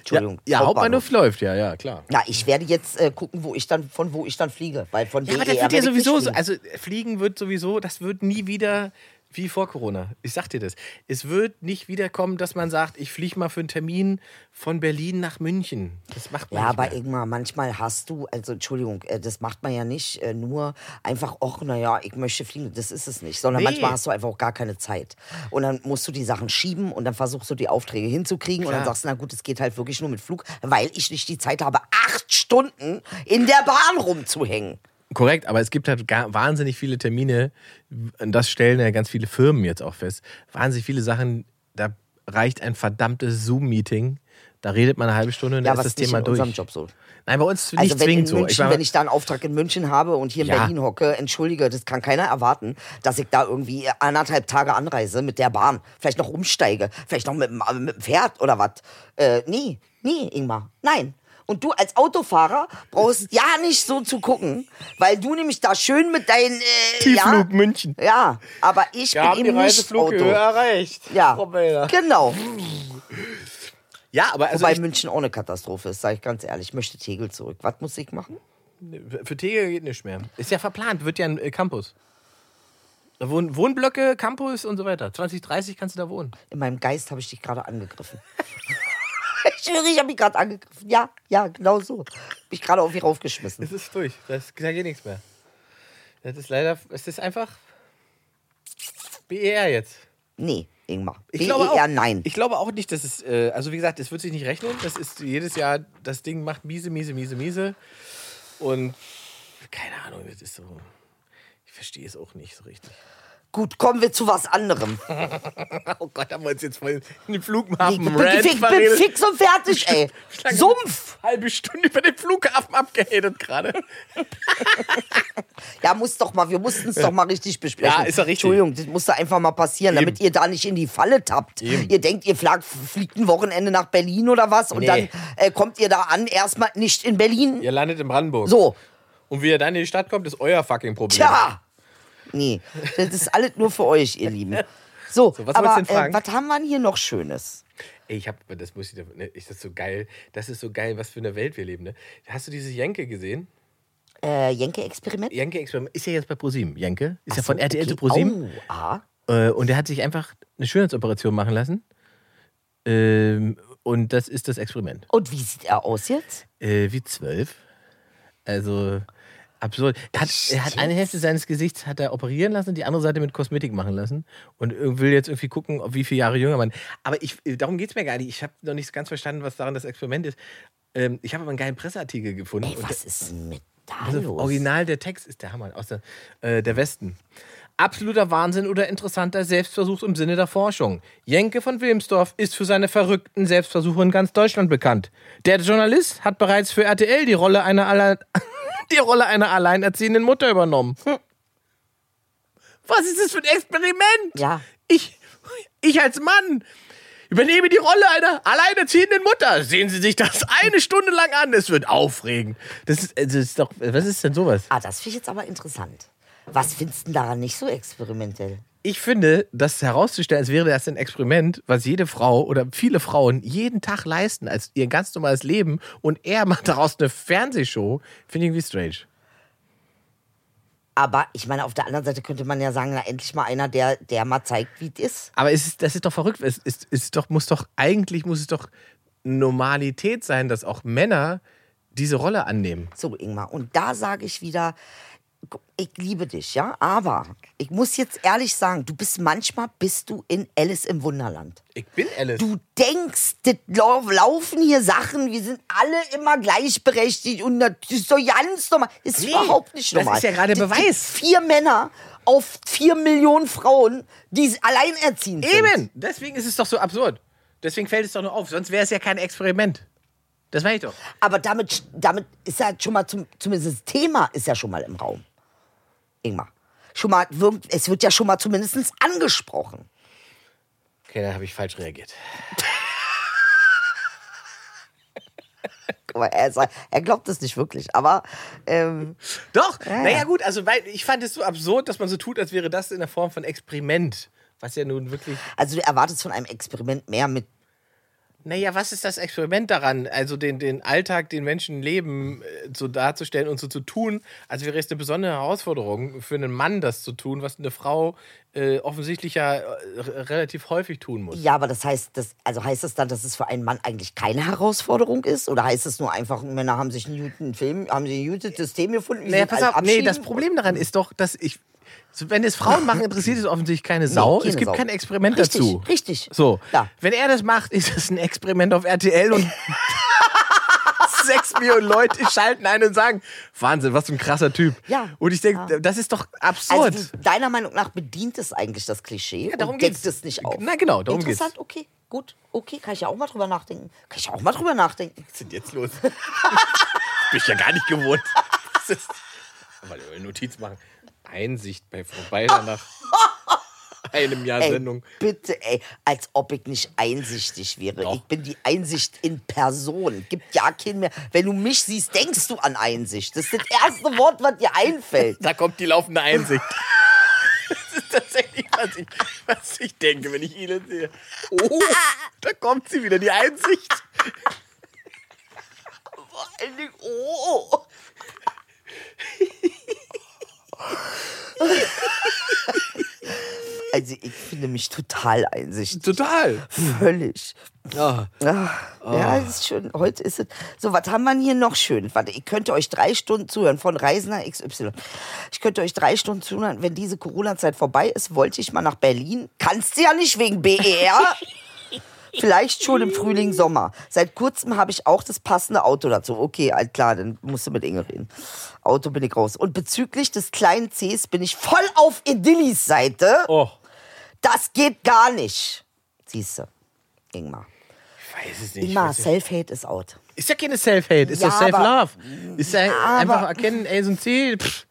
S4: Entschuldigung.
S2: ja, Hauptbahnhof läuft, ja, ja, klar.
S4: Na, ich werde jetzt äh, gucken, wo ich dann, von wo ich dann fliege. Weil von
S2: Ja, aber
S4: BER
S2: das wird ja
S4: werde ich nicht
S2: sowieso so.
S4: fliegen.
S2: Also fliegen wird sowieso, das wird nie wieder wie vor Corona. Ich sag dir das. Es wird nicht wiederkommen, dass man sagt, ich fliege mal für einen Termin von Berlin nach München. Das macht man
S4: ja,
S2: nicht
S4: aber
S2: mehr.
S4: irgendwann, manchmal hast du, also Entschuldigung, äh, das macht man ja nicht äh, nur einfach, ach, naja, ich möchte fliegen, das ist es nicht, sondern
S2: Nee.
S4: manchmal hast du einfach auch gar keine Zeit. Und dann musst du die Sachen schieben und dann versuchst du die Aufträge hinzukriegen und dann
S2: Klar.
S4: sagst du, na gut, es geht halt wirklich nur mit Flug, weil ich nicht die Zeit habe, acht Stunden in der Bahn rumzuhängen.
S2: Korrekt, aber es gibt halt gar, wahnsinnig viele Termine, und das stellen ja ganz viele Firmen jetzt auch fest. Wahnsinnig viele Sachen, da reicht ein verdammtes Zoom-Meeting. Da redet man eine halbe Stunde und
S4: Ja,
S2: dann ist
S4: was
S2: das
S4: ist nicht
S2: Thema
S4: in
S2: durch.
S4: unserem Job so.
S2: Nein, bei uns nicht
S4: Also wenn, in
S2: zwingend
S4: München,
S2: so. meine,
S4: wenn ich da einen Auftrag in München habe und hier in
S2: Ja.
S4: Berlin hocke, entschuldige, das kann keiner erwarten, dass ich da irgendwie anderthalb Tage anreise mit der Bahn, vielleicht noch umsteige, vielleicht noch mit, dem- äh, mit dem Pferd oder was. Äh, nee, nee, Ingmar, nein. Und du als Autofahrer brauchst ja nicht so zu gucken, weil du nämlich da schön mit deinen... Äh,
S2: Tiefflug
S4: ja,
S2: München.
S4: Ja, aber ich bin eben nicht Auto.
S2: erreicht.
S4: Ja, genau.
S2: Ja, aber also
S4: Wobei
S2: ich-
S4: München auch eine Katastrophe ist, sage ich ganz ehrlich. Ich möchte Tegel zurück. Was muss ich machen?
S2: Für Tegel geht nicht mehr. Ist ja verplant, wird ja ein äh, Campus. Da Wohn Wohnblöcke, Campus und so weiter. 2030 kannst du da wohnen.
S4: In meinem Geist habe ich dich gerade angegriffen. ich schwöre, ich habe mich gerade angegriffen. Ja, ja, genau so. Mich gerade auf mich raufgeschmissen.
S2: Es ist durch. Das, da geht nichts mehr. Das ist leider, es ist einfach BER jetzt.
S4: Nee, Ingmar.
S2: Ich glaube auch,
S4: BER, nein.
S2: Ich glaube auch nicht, dass es, äh, also wie gesagt, es wird sich nicht rechnen. Das ist jedes Jahr, das Ding macht miese, miese, miese, miese. Und keine Ahnung, das ist so, ich verstehe es auch nicht so richtig.
S4: Gut, kommen wir zu was anderem.
S2: Oh Gott, haben wir uns jetzt voll in den
S4: Ich
S2: Flughafen
S4: bin,
S2: Rant
S4: fix, bin
S2: verredet.
S4: fix und fertig, ey.
S2: Schlange.
S4: Sumpf!
S2: Halbe Stunde über den Flughafen abgehatet gerade.
S4: Ja, muss doch mal, wir mussten es doch mal richtig besprechen.
S2: Ja, ist doch richtig.
S4: Entschuldigung, das musste einfach mal passieren, damit ihr da nicht in die Falle tappt. Ihr denkt, ihr flag, fliegt ein Wochenende nach Berlin oder was und
S2: Nee.
S4: dann äh, kommt ihr da an, erstmal nicht in Berlin.
S2: Ihr landet in Brandenburg.
S4: So,
S2: Und wie ihr dann in die Stadt kommt, ist euer fucking Problem.
S4: Tja! Nee, das ist alles nur für euch, ihr Lieben. So,
S2: So, was
S4: aber
S2: wolltest du denn
S4: äh,
S2: fragen?
S4: was haben wir denn hier noch Schönes?
S2: Ey, ich habe, das muss ich, dir- ne, ist das so geil? Das ist so geil, was für eine Welt wir leben. Ne? Hast du dieses Jenke gesehen?
S4: Äh, Jenke-Experiment?
S2: Jenke Experiment ist ja jetzt bei ProSieben. Jenke ist ja
S4: So,
S2: von RTL zu
S4: okay.
S2: ProSieben.
S4: Oh, ah.
S2: Äh, und er hat sich einfach eine Schönheitsoperation machen lassen. Ähm, und das ist das Experiment.
S4: Und wie sieht er aus jetzt?
S2: Äh, wie zwölf. Also absurd. Er hat, er hat eine Hälfte seines Gesichts hat er operieren lassen, die andere Seite mit Kosmetik machen lassen. Und ir- will jetzt irgendwie gucken, ob wie viele Jahre jünger man. Aber ich, äh, darum geht es mir gar nicht. Ich habe noch nicht ganz verstanden, was daran das Experiment ist. Ähm, ich habe aber einen geilen Presseartikel gefunden.
S4: Ey,
S2: Und
S4: was ist denn mit da
S2: also
S4: los?
S2: Original der Text ist der Hammer aus der, äh, der Westen. Absoluter Wahnsinn oder interessanter Selbstversuch im Sinne der Forschung. Jenke von Wilmsdorf ist für seine verrückten Selbstversuche in ganz Deutschland bekannt. Der Journalist hat bereits für RTL die Rolle einer, alle die Rolle einer alleinerziehenden Mutter übernommen. Hm. Was ist das für ein Experiment?
S4: Ja.
S2: Ich, ich als Mann übernehme die Rolle einer alleinerziehenden Mutter. Sehen Sie sich das eine Stunde lang an. Es wird aufregend. Das ist, das ist doch, was ist denn sowas?
S4: Ah, das finde ich jetzt aber interessant. Was findest du daran nicht so experimentell?
S2: Ich finde, das herauszustellen, als wäre das ein Experiment, was jede Frau oder viele Frauen jeden Tag leisten, als ihr ganz normales Leben und er macht daraus eine Fernsehshow, finde ich irgendwie strange.
S4: Aber ich meine, auf der anderen Seite könnte man ja sagen, na, endlich mal einer, der, der mal zeigt, wie es ist.
S2: Aber es ist, das ist doch verrückt. Es ist, es ist doch, muss doch, eigentlich muss es doch Normalität sein, dass auch Männer diese Rolle annehmen.
S4: So, Ingmar, und da sage ich wieder, gu- ich liebe dich, ja, aber ich muss jetzt ehrlich sagen, du bist manchmal bist du in Alice im Wunderland.
S2: Ich bin Alice.
S4: Du denkst, das lau- laufen hier Sachen, wir sind alle immer gleichberechtigt und das ist doch ganz normal. Ist
S2: Nee,
S4: überhaupt nicht
S2: das
S4: normal.
S2: ist ja gerade
S4: Das gibt
S2: Beweis.
S4: Vier Männer auf vier Millionen Frauen, die alleinerziehend sind.
S2: Eben! Deswegen ist es doch so absurd. Deswegen fällt es doch nur auf. Sonst wäre es ja kein Experiment. Das meine ich doch.
S4: Aber damit, damit ist ja schon mal, zum, zumindest das Thema ist ja schon mal im Raum. Ingmar. Schon mal, wirkt- es wird ja schon mal zumindest angesprochen.
S2: Okay, da habe ich falsch reagiert.
S4: Guck mal, Er, sagt- er glaubt es nicht wirklich, aber ähm,
S2: Doch! Naja, gut, also weil ich fand es so absurd, dass man so tut, als wäre das in der Form von Experiment. Was ja nun wirklich.
S4: also du erwartest von einem Experiment mehr mit.
S2: Naja, was ist das Experiment daran? Also den, den Alltag, den Menschen leben, äh, so darzustellen und so zu tun, als wäre es eine besondere Herausforderung für einen Mann, das zu tun, was eine Frau äh, offensichtlich ja äh, r- relativ häufig tun muss.
S4: Ja, aber das heißt, das, also heißt das dann, dass es für einen Mann eigentlich keine Herausforderung ist? Oder heißt es nur einfach, Männer haben sich einen guten Film, haben sie ein gutes System gefunden? wie
S2: Naja,
S4: sie
S2: pass
S4: alle
S2: auf, nee,
S4: abschieben?
S2: das Problem daran ist doch, dass ich. so, Wenn es Frauen machen, interessiert es offensichtlich keine Sau.
S4: keine
S2: es gibt
S4: Sau.
S2: kein Experiment
S4: Richtig,
S2: dazu.
S4: richtig.
S2: So.
S4: Ja.
S2: Wenn er das macht, ist es ein Experiment auf RTL und sechs Millionen Leute schalten ein und sagen: Wahnsinn, was für ein krasser Typ.
S4: Ja.
S2: Und ich denke, das ist doch absurd.
S4: Also du, deiner Meinung nach bedient es eigentlich das Klischee
S2: darum
S4: und deckt
S2: geht's.
S4: es nicht auf.
S2: Na genau, darum geht's.
S4: Interessant, okay, gut, okay, kann ich ja auch mal drüber nachdenken. Kann ich ja auch mal drüber nachdenken.
S2: was ist denn jetzt los? Bin ich ja gar nicht gewohnt. Das ist, mal eine Notiz machen. Einsicht bei vorbei nach einem Jahr
S4: Ey,
S2: Sendung.
S4: bitte, ey, als ob ich nicht einsichtig wäre.
S2: Doch.
S4: Ich bin die Einsicht in Person. Gibt ja keinen mehr. Wenn du mich siehst, denkst du an Einsicht. Das ist das erste Wort, was dir einfällt.
S2: Da kommt die laufende Einsicht. Das ist tatsächlich, was ich, was ich denke, wenn ich Ihnen sehe. Oh, da kommt sie wieder, die Einsicht.
S4: Vor allen Dingen, oh. Also ich finde mich total einsichtig.
S2: Total.
S4: Völlig. Ach, Ja, es ist schön. Heute ist es. So, was haben wir denn hier noch schön? Warte, ich könnte euch drei Stunden zuhören von Reisender XY. Ich könnte euch drei Stunden zuhören. Wenn diese Corona-Zeit vorbei ist, wollte ich mal nach Berlin. Kannst du ja nicht wegen BER. Vielleicht schon im Frühling, Sommer. Seit kurzem habe ich auch das passende Auto dazu. Okay, alt klar, dann musst du mit Inge reden. Auto bin ich raus. Und bezüglich des kleinen Cs bin ich voll auf Edillis Seite.
S2: Oh,
S4: Das geht gar nicht. Siehst du, Ingmar.
S2: ich weiß es nicht.
S4: Ingmar, Self-Hate ist out.
S2: Ist ja keine Self-Hate, ist
S4: Ja,
S2: doch
S4: aber-
S2: Self-Love. Ist ja
S4: aber-
S2: einfach erkennen, ey, so ein Ziel, pff,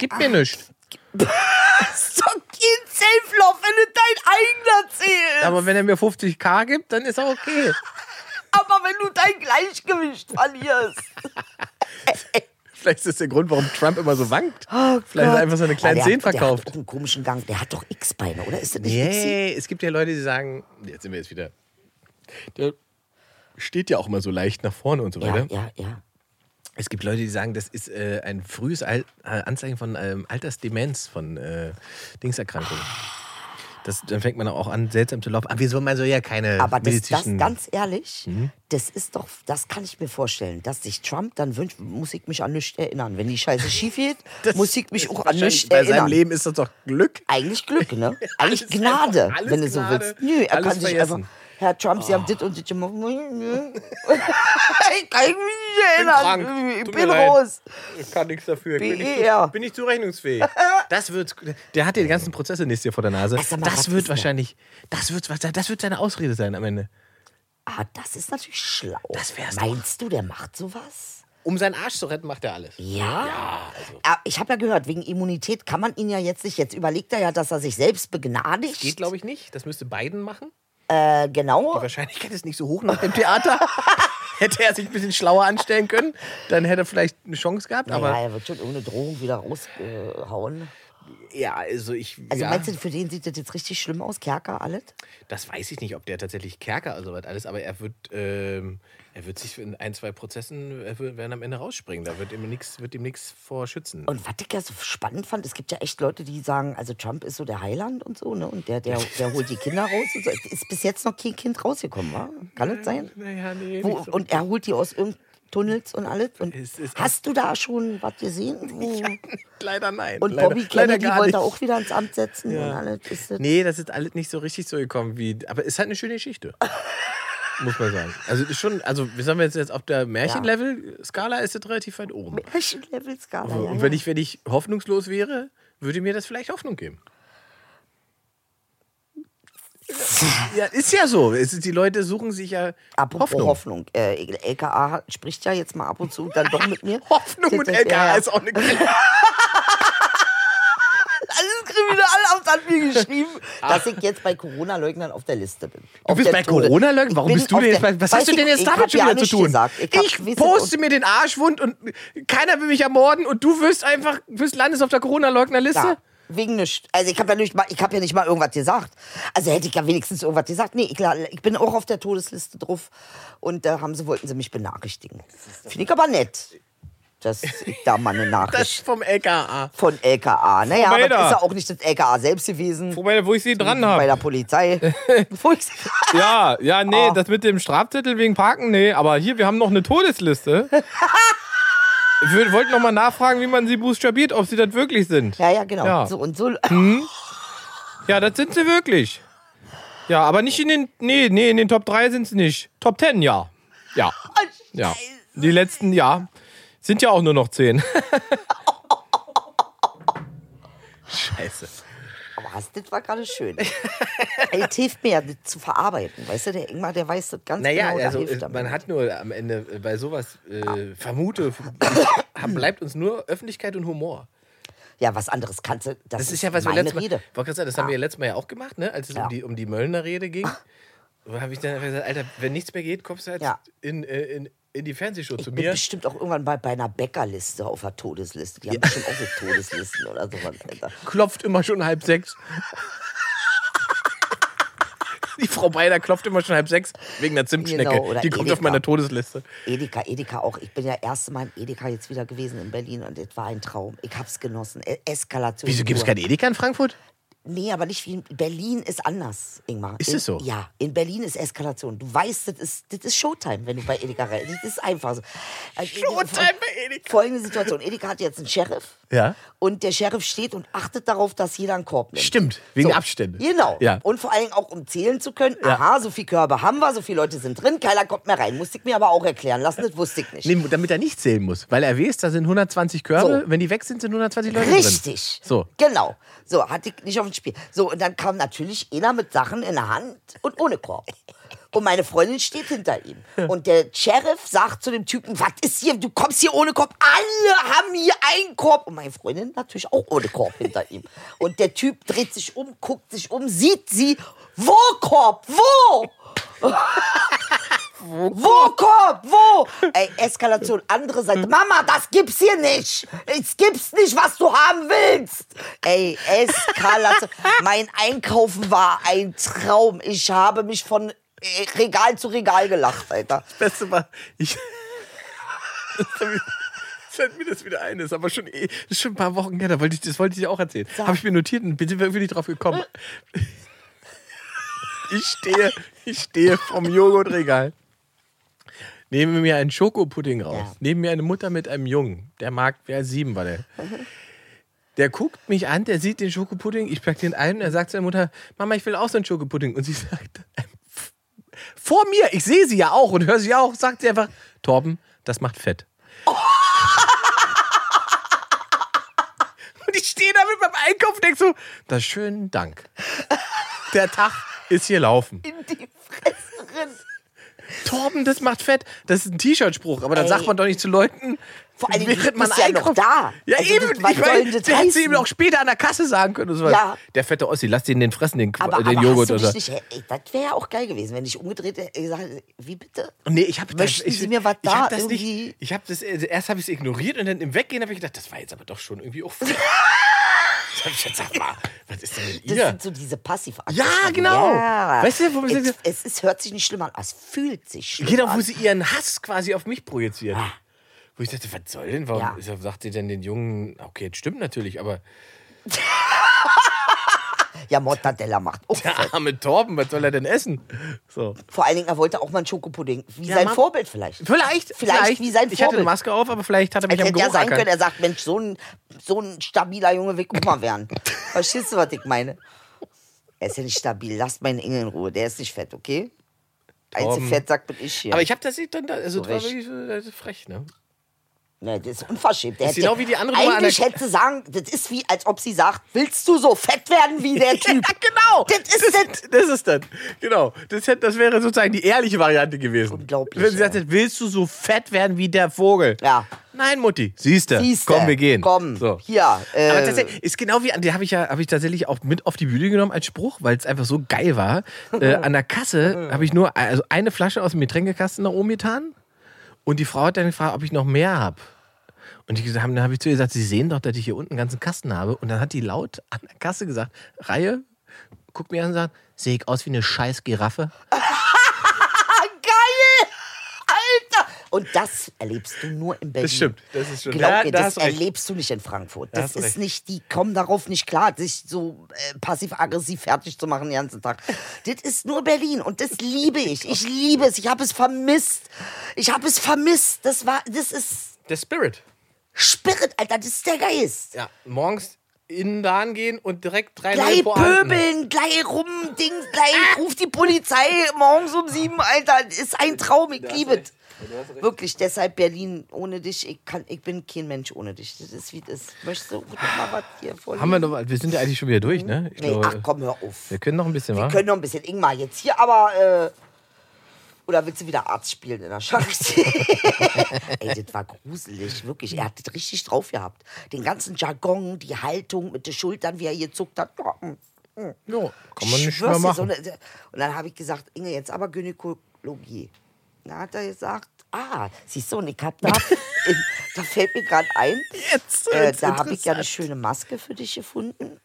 S2: gibt mir nichts.
S4: Ist doch kein Self-Love, wenn es dein eigener Ziel ist.
S2: Aber wenn er mir 50k gibt, dann ist auch okay.
S4: Aber wenn du dein Gleichgewicht verlierst.
S2: Vielleicht ist das der Grund, warum Trump immer so wankt. Vielleicht
S4: Oh Gott.
S2: hat er einfach seine kleinen
S4: Ja, der
S2: Zehen
S4: hat-
S2: verkauft.
S4: Der hat auch einen komischen Gang. Der hat doch X-Beine, oder? Ist das nicht X?
S2: Nee, es gibt ja Leute, die sagen, jetzt sind wir jetzt wieder Der steht ja auch mal so leicht nach vorne und so weiter.
S4: Ja, ja, ja.
S2: Es gibt Leute, die sagen, das ist äh, ein frühes Al äh, Anzeichen von ähm, Altersdemenz, von äh, Dingserkrankung. Das, dann fängt man auch an, seltsam zu laufen. Aber wieso, man soll ja Mhm. keine
S4: Aber das, das
S2: medizinischen...
S4: ganz ehrlich, das ist doch, das kann ich mir vorstellen, dass sich Trump dann wünscht, muss ich mich an nichts erinnern. Wenn die Scheiße schief geht,
S2: Das
S4: muss ich mich
S2: ist
S4: auch an
S2: wahrscheinlich-
S4: nichts
S2: Bei
S4: erinnern.
S2: seinem Leben ist das doch Glück.
S4: Eigentlich Glück, ne?
S2: Alles
S4: Eigentlich Gnade,
S2: einfach, alles
S4: wenn du so
S2: Gnade,
S4: willst. Nö, er
S2: alles
S4: kann sich
S2: vergessen. Ah.
S4: einfach. Herr Trump, Sie haben dit und dit gemacht. Nö. ich kann mich nicht erinnern.
S2: krank.
S4: Ich
S2: Tut
S4: bin
S2: mir leid.
S4: raus.
S2: Ich kann nichts dafür.
S4: Bin
S2: Bin
S4: ich
S2: ich,
S4: zu- BER.
S2: bin ich zurechnungsfähig. Das wird. Der hat den ganzen Prozess nächstes Jahr vor der Nase.
S4: Ach, sag mal, was
S2: Das wird
S4: ist der?
S2: wahrscheinlich. Das wird, das wird seine Ausrede sein am Ende.
S4: Ah, das ist natürlich schlau.
S2: Das wär's
S4: Meinst du, der macht sowas?
S2: Um seinen Arsch zu retten, macht er alles.
S4: Ja.
S2: also-
S4: Ah, Ich habe ja gehört, wegen Immunität kann man ihn ja jetzt nicht. Jetzt überlegt er ja, dass er sich selbst begnadigt.
S2: Geht, glaube ich, nicht. Das müsste Biden machen.
S4: äh, genau.
S2: Die Wahrscheinlichkeit ist nicht so hoch nach dem Theater. hätte er sich ein bisschen schlauer anstellen können, dann hätte er vielleicht eine Chance gehabt. Aber
S4: ja, er wird schon irgendeine Drohung wieder raushauen.
S2: ja, also ich.
S4: Also
S2: ja,
S4: meinst du, für den sieht das jetzt richtig schlimm aus? Kerker, alles?
S2: das weiß ich nicht, ob der tatsächlich Kerker oder was alles, aber er wird, ähm, er wird sich in ein, zwei Prozessen er wird, werden am Ende rausspringen. Da wird ihm nichts, wird ihm nichts vor schützen.
S4: Und was ich ja so spannend fand, es gibt ja echt Leute, die sagen, also Trump ist so der Heiland und so, ne? Und der, der, der holt die Kinder raus und so. Es Ist bis jetzt noch kein Kind rausgekommen, wa? Kann das sein?
S2: Naja, Äh, nee.
S4: Wo,
S2: nicht so.
S4: und er holt die aus irgendeinem Tunnels und alles. Und
S2: Es ist-
S4: hast du da schon was gesehen? Wo-
S2: leider nein.
S4: Und
S2: leider,
S4: Bobby
S2: leider
S4: Kennedy
S2: gar
S4: wollte
S2: nicht.
S4: auch wieder ins Amt setzen und alles. Ist das,
S2: Nee, das ist alles nicht so richtig so gekommen wie. Aber es ist halt eine schöne Geschichte. Muss man sagen. Also es ist schon, also wie sagen wir jetzt, jetzt auf der Märchenlevel-Skala ist es relativ weit oben.
S4: Level-Skala, ja,
S2: Also, Und
S4: ja.
S2: wenn ich, wenn ich hoffnungslos wäre, würde mir das vielleicht Hoffnung geben. Ja, ist ja so. Es ist, die Leute suchen sich ja
S4: Apropos Hoffnung.
S2: Hoffnung.
S4: Äh, LKA hat- spricht ja jetzt mal ab und zu dann doch mit mir.
S2: Hoffnung und
S4: Ja, ja.
S2: LKA ist auch eine geile-
S4: Alles Kriminalamt hat mir geschrieben, dass ich jetzt bei Corona-Leugnern auf der Liste bin.
S2: Ah. Du
S4: Auf
S2: bist
S4: der
S2: bei
S4: Tode.
S2: Corona-Leugnen? Warum
S4: Ich bin
S2: bist du
S4: auf
S2: denn jetzt
S4: der-
S2: bei, Was
S4: Weiß
S2: hast du
S4: ich-
S2: denn jetzt
S4: ich hab
S2: damit schon
S4: ja
S2: wieder zu
S4: nichts
S2: tun?
S4: Gesagt. Ich, hab-
S2: Ich
S4: weiß
S2: poste
S4: und-
S2: mir den Arsch wund und keiner will mich ermorden und du wirst einfach, wirst landest auf der Corona-Leugnerliste?
S4: Ja, wegen nichts. Also ich habe ja, nicht mal- ich hab ja nicht mal irgendwas gesagt. Also hätte ich ja wenigstens irgendwas gesagt. Nee, klar, ich bin auch auf der Todesliste drauf. Und da haben sie, wollten sie mich benachrichtigen. Finde ich aber nett, dass ich da mal eine
S2: Das
S4: Nachricht
S2: vom LKA.
S4: von LKA. Naja,
S2: Vorbei
S4: aber das
S2: da.
S4: ist ja auch nicht das LKA selbst gewesen.
S2: Wobei, wo ich sie dran
S4: Bei
S2: habe.
S4: der Polizei. Wo ich-
S5: Ja, ja, nee, das mit dem Strafzettel wegen Parken, nee, aber hier, wir haben noch eine Todesliste. Wir wollten noch mal nachfragen, wie man sie buchstabiert, ob sie das wirklich sind.
S4: ja, ja, genau.
S5: Ja.
S4: So und so.
S2: Mhm.
S5: Ja, das sind sie wirklich. Ja, aber nicht in den, nee, nee, in den Top 3 sind sie nicht. Top 10, ja. Ja, ja. Die letzten, ja. Sind ja auch nur noch 10.
S2: Scheiße.
S4: Aber das, das war gerade schön. Es hilft mir ja, das zu verarbeiten. Weißt du, der Ingmar, der weiß das ganz
S2: Naja,
S4: genau. der
S2: also
S4: hilft Ah.
S2: äh,
S4: damit.
S2: man hat nur am Ende äh, bei sowas äh, vermute, f- hab- bleibt uns nur Öffentlichkeit und Humor.
S4: ja, was anderes kannst du. Das,
S2: Das ist ja, was wir
S4: meine
S2: letztes Mal,
S4: Rede. Ah.
S2: Wollte gerade sagen, das haben wir ja letztes Mal ja auch gemacht, ne? als es
S4: Ja.
S2: um die, um die Möllner Rede ging. Da habe ich dann einfach gesagt, Alter, wenn nichts mehr geht, kommst du halt
S4: Ja.
S2: in, äh, in, in die Fernsehshow zu
S4: Ich bin
S2: mir.
S4: bestimmt auch irgendwann bei, bei einer Bäckerliste auf der Todesliste. Die haben bestimmt auch so Todeslisten oder sowas. Alter.
S2: Klopft immer schon halb sechs. Die Frau Beider klopft immer schon halb sechs wegen der Zimtschnecke.
S4: Genau, oder
S2: die kommt auf
S4: Edeka.
S2: meiner Todesliste.
S4: Edeka, Edeka auch. Ich bin ja erste Mal in Edeka jetzt wieder gewesen in Berlin und das war ein Traum. Ich hab's genossen. E Eskalation.
S2: Wieso gibt es
S4: pur.
S2: kein Edeka in Frankfurt?
S4: Nee, aber nicht wie in Berlin ist anders, Ingmar.
S2: Ist
S4: in,
S2: es so?
S4: Ja, in Berlin ist Eskalation. Du weißt, das ist, das ist Showtime, wenn du bei Edeka rein. Das ist einfach so. Also,
S2: Showtime bei Edeka.
S4: Folgende Situation. Edeka hat jetzt einen Sheriff.
S2: Ja.
S4: Und der Sheriff steht und achtet darauf, dass jeder einen Korb nimmt.
S2: Stimmt, wegen Abstände.
S4: Genau.
S2: Ja.
S4: Und vor allem auch, um zählen zu können, aha, so viele Körbe haben wir, so viele Leute sind drin, keiner kommt mehr rein. Musste ich mir aber auch erklären lassen, das wusste ich nicht.
S2: Nee, damit er nicht zählen muss, weil er weiß, da sind 120 Körbe,
S4: So.
S2: wenn die weg sind, sind 120 Leute drin.
S4: Richtig.
S2: So.
S4: Genau. So, hatte ich nicht auf dem Spiel. So, und dann kam natürlich einer mit Sachen in der Hand und ohne Korb. Und meine Freundin steht hinter ihm. Und der Sheriff sagt zu dem Typen, was ist hier, du kommst hier ohne Korb. Alle haben hier einen Korb. Und meine Freundin natürlich auch ohne Korb hinter ihm. Und der Typ dreht sich um, guckt sich um, sieht sie, wo Korb, wo? Wo, Korb? Wo? Ey, Eskalation, andere Seite. Mama, das gibt's hier nicht. Es gibt's nicht, was du haben willst. Ey, Eskalation. mein Einkaufen war ein Traum. Ich habe mich von äh, Regal zu Regal gelacht, Alter.
S2: Beste war, ich. Das hab ich- Fällt mir das wieder ein, das ist aber schon, eh- das ist schon ein paar Wochen her, da wollte ich, das wollte ich dir auch erzählen. Habe ich mir notiert und bin irgendwie nicht drauf gekommen. Ich stehe, ich stehe vom Joghurtregal. Nehme mir einen Schokopudding raus.
S4: Ja.
S2: Neben mir eine Mutter mit einem Jungen. Der mag, wer sieben war der. Der guckt mich an, der sieht den Schokopudding, ich pack den ein und er sagt zu der Mutter, Mama, ich will auch so einen Schokopudding. Und sie sagt, vor mir, ich sehe sie ja auch und höre sie auch, sagt sie einfach, Torben, das macht fett. Und ich stehe da mit meinem Einkauf und denke so, das schönen Dank. Der Tag ist hier laufen.
S4: In die Fresse rin.
S2: Torben, das macht fett. Das ist ein T-Shirt-Spruch, aber dann
S4: Ey.
S2: sagt man doch nicht zu Leuten,
S4: Vor allen Dingen,
S2: während
S4: du
S2: man
S4: bist ja noch
S2: einkauft.
S4: da.
S2: Ja,
S4: Also,
S2: eben.
S4: das- was
S2: ich
S4: soll
S2: meine,
S4: das
S2: der hätte sie eben
S4: heißen?
S2: auch später an der Kasse sagen können. Und so.
S4: Ja.
S2: Der fette Ossi, lass den den fressen, den, Qu-
S4: Aber,
S2: den
S4: aber
S2: Joghurt.
S4: hast
S2: Oder.
S4: du mich nicht, ey, das wäre ja auch geil gewesen, wenn ich umgedreht hätte gesagt, hätte, wie bitte?
S2: Nee, ich habe
S4: Möchten Sie mir was
S2: ich hab
S4: da
S2: das
S4: irgendwie-
S2: nicht. Ich habe das äh, erst habe ich es ignoriert und dann im Weggehen habe ich gedacht, das war jetzt aber doch schon irgendwie auch. frech. Sag ich jetzt, sag mal, was ist denn mit
S4: Das
S2: ihr?
S4: sind so diese passiv
S2: Ja, genau. Weißt du, wo wir
S4: es,
S2: sind?
S4: es, ist, hört sich nicht schlimm an, aber es fühlt sich schlimm
S2: Genau,
S4: an.
S2: wo sie ihren Hass quasi auf mich projiziert.
S4: Ah.
S2: Wo ich dachte, was soll denn? Warum
S4: Ja.
S2: wieso sagt sie denn den Jungen? Okay, das stimmt natürlich, aber
S4: Ja, Mortadella macht Oh, auch
S2: der
S4: fett.
S2: arme Torben, was soll er denn essen? So.
S4: Vor allen Dingen, er wollte auch mal einen Schokopudding. Wie
S2: Ja,
S4: sein
S2: Mann.
S4: Vorbild vielleicht.
S2: Vielleicht,
S4: Vielleicht, wie sein
S2: Ich hatte eine
S4: Vorbild.
S2: Maske auf, aber vielleicht hat er mich
S4: Es
S2: am
S4: hätte ja
S2: Geruch
S4: sein können,
S2: erkannt.
S4: er sagt, Mensch, so ein, so ein stabiler Junge will Kummer werden. Verstehst du, was ich meine? Er ist ja nicht stabil, lasst meinen Engel in Ruhe, der ist nicht fett, okay?
S2: Torben.
S4: Einzige Fettsack bin ich hier.
S2: Aber ich habe das nicht dann, also das war
S4: Zurecht.
S2: wirklich äh, das ist frech, ne?
S4: Nee, das ist unverschämt. Der
S2: Ist genau wie die andere, wo man
S4: Eigentlich
S2: anerk-
S4: hätte sie sagen, das ist wie, als ob sie sagt, willst du so fett werden wie der Typ?
S2: genau.
S4: Das ist das.
S2: Das ist das. Genau. Das, hätte, das wäre sozusagen die ehrliche Variante gewesen.
S4: Unglaublich,
S2: Wenn sie
S4: ja.
S2: sagt, willst du so fett werden wie der Vogel?
S4: Ja.
S2: Nein, Mutti. Siehste.
S4: Siehste.
S2: Komm, wir gehen.
S4: Komm,
S2: So.
S4: hier. Äh,
S2: Aber tatsächlich, ist genau wie, den habe ich ja, habe ich tatsächlich auch mit auf die Bühne genommen als Spruch, weil es einfach so geil war. Äh, an der Kasse habe ich nur also eine Flasche aus dem Getränkekasten nach oben getan und die Frau hat dann gefragt, ob ich noch mehr habe. Und ich, gesagt- dann habe ich zu ihr gesagt, Sie sehen doch, dass ich hier unten einen ganzen Kasten habe. Und dann hat die laut an der Kasse gesagt, Reihe, guckt mir an und sagt, sehe ich aus wie eine scheiß Giraffe?
S4: ah, geil! Alter! Und das erlebst du nur in Berlin.
S2: stimmt, das ist schon-
S4: Glaub
S2: da-
S4: mir,
S2: da
S4: das
S2: hast du recht.
S4: erlebst du nicht in Frankfurt.
S2: Da
S4: Das
S2: hast du
S4: ist
S2: recht.
S4: nicht, die kommen darauf nicht klar, sich so äh, passiv-aggressiv fertig zu machen den ganzen Tag. das ist nur Berlin und das liebe ich. Ich liebe es. Ich habe es vermisst. Ich habe es vermisst. Das war, das ist
S2: Der Spirit.
S4: Spirit, Alter, das ist der Geist.
S2: Ja, morgens in den Laden gehen und direkt drei neue
S4: Gleich
S2: Pointen.
S4: pöbeln, gleich rum, Ding, gleich ruft die Polizei morgens um sieben, Alter. das Ist ein Traum, ich liebe es. Wirklich, deshalb Berlin ohne dich. Ich, kann, ich bin kein Mensch ohne dich. Das ist wie das. Möchtest du noch mal was hier vorlesen?
S2: Haben wir noch, was? wir sind ja eigentlich schon wieder durch, ne? Ich
S4: nee,
S2: glaube,
S4: ach komm, hör auf.
S2: wir können noch ein bisschen, wa?
S4: Wir können noch ein bisschen Ingmar jetzt hier, aber. Äh, oder willst du wieder Arzt spielen in der Charité? Ey, das war gruselig, wirklich. Er hat das richtig drauf gehabt. Den ganzen Jargon, die Haltung mit den Schultern, wie er hier zuckt hat.
S2: Ja, kann man nicht
S4: Schwör's
S2: mehr
S4: dir,
S2: machen.
S4: so eine- und dann habe ich gesagt, Inge, jetzt aber Gynäkologie. Da hat er gesagt, ah, siehst du, und ich habe da, in, da fällt mir gerade ein,
S2: Jetzt
S4: äh,
S2: wird's
S4: da habe ich ja
S2: interessant.
S4: eine
S2: Ah,
S4: schöne Maske für dich gefunden.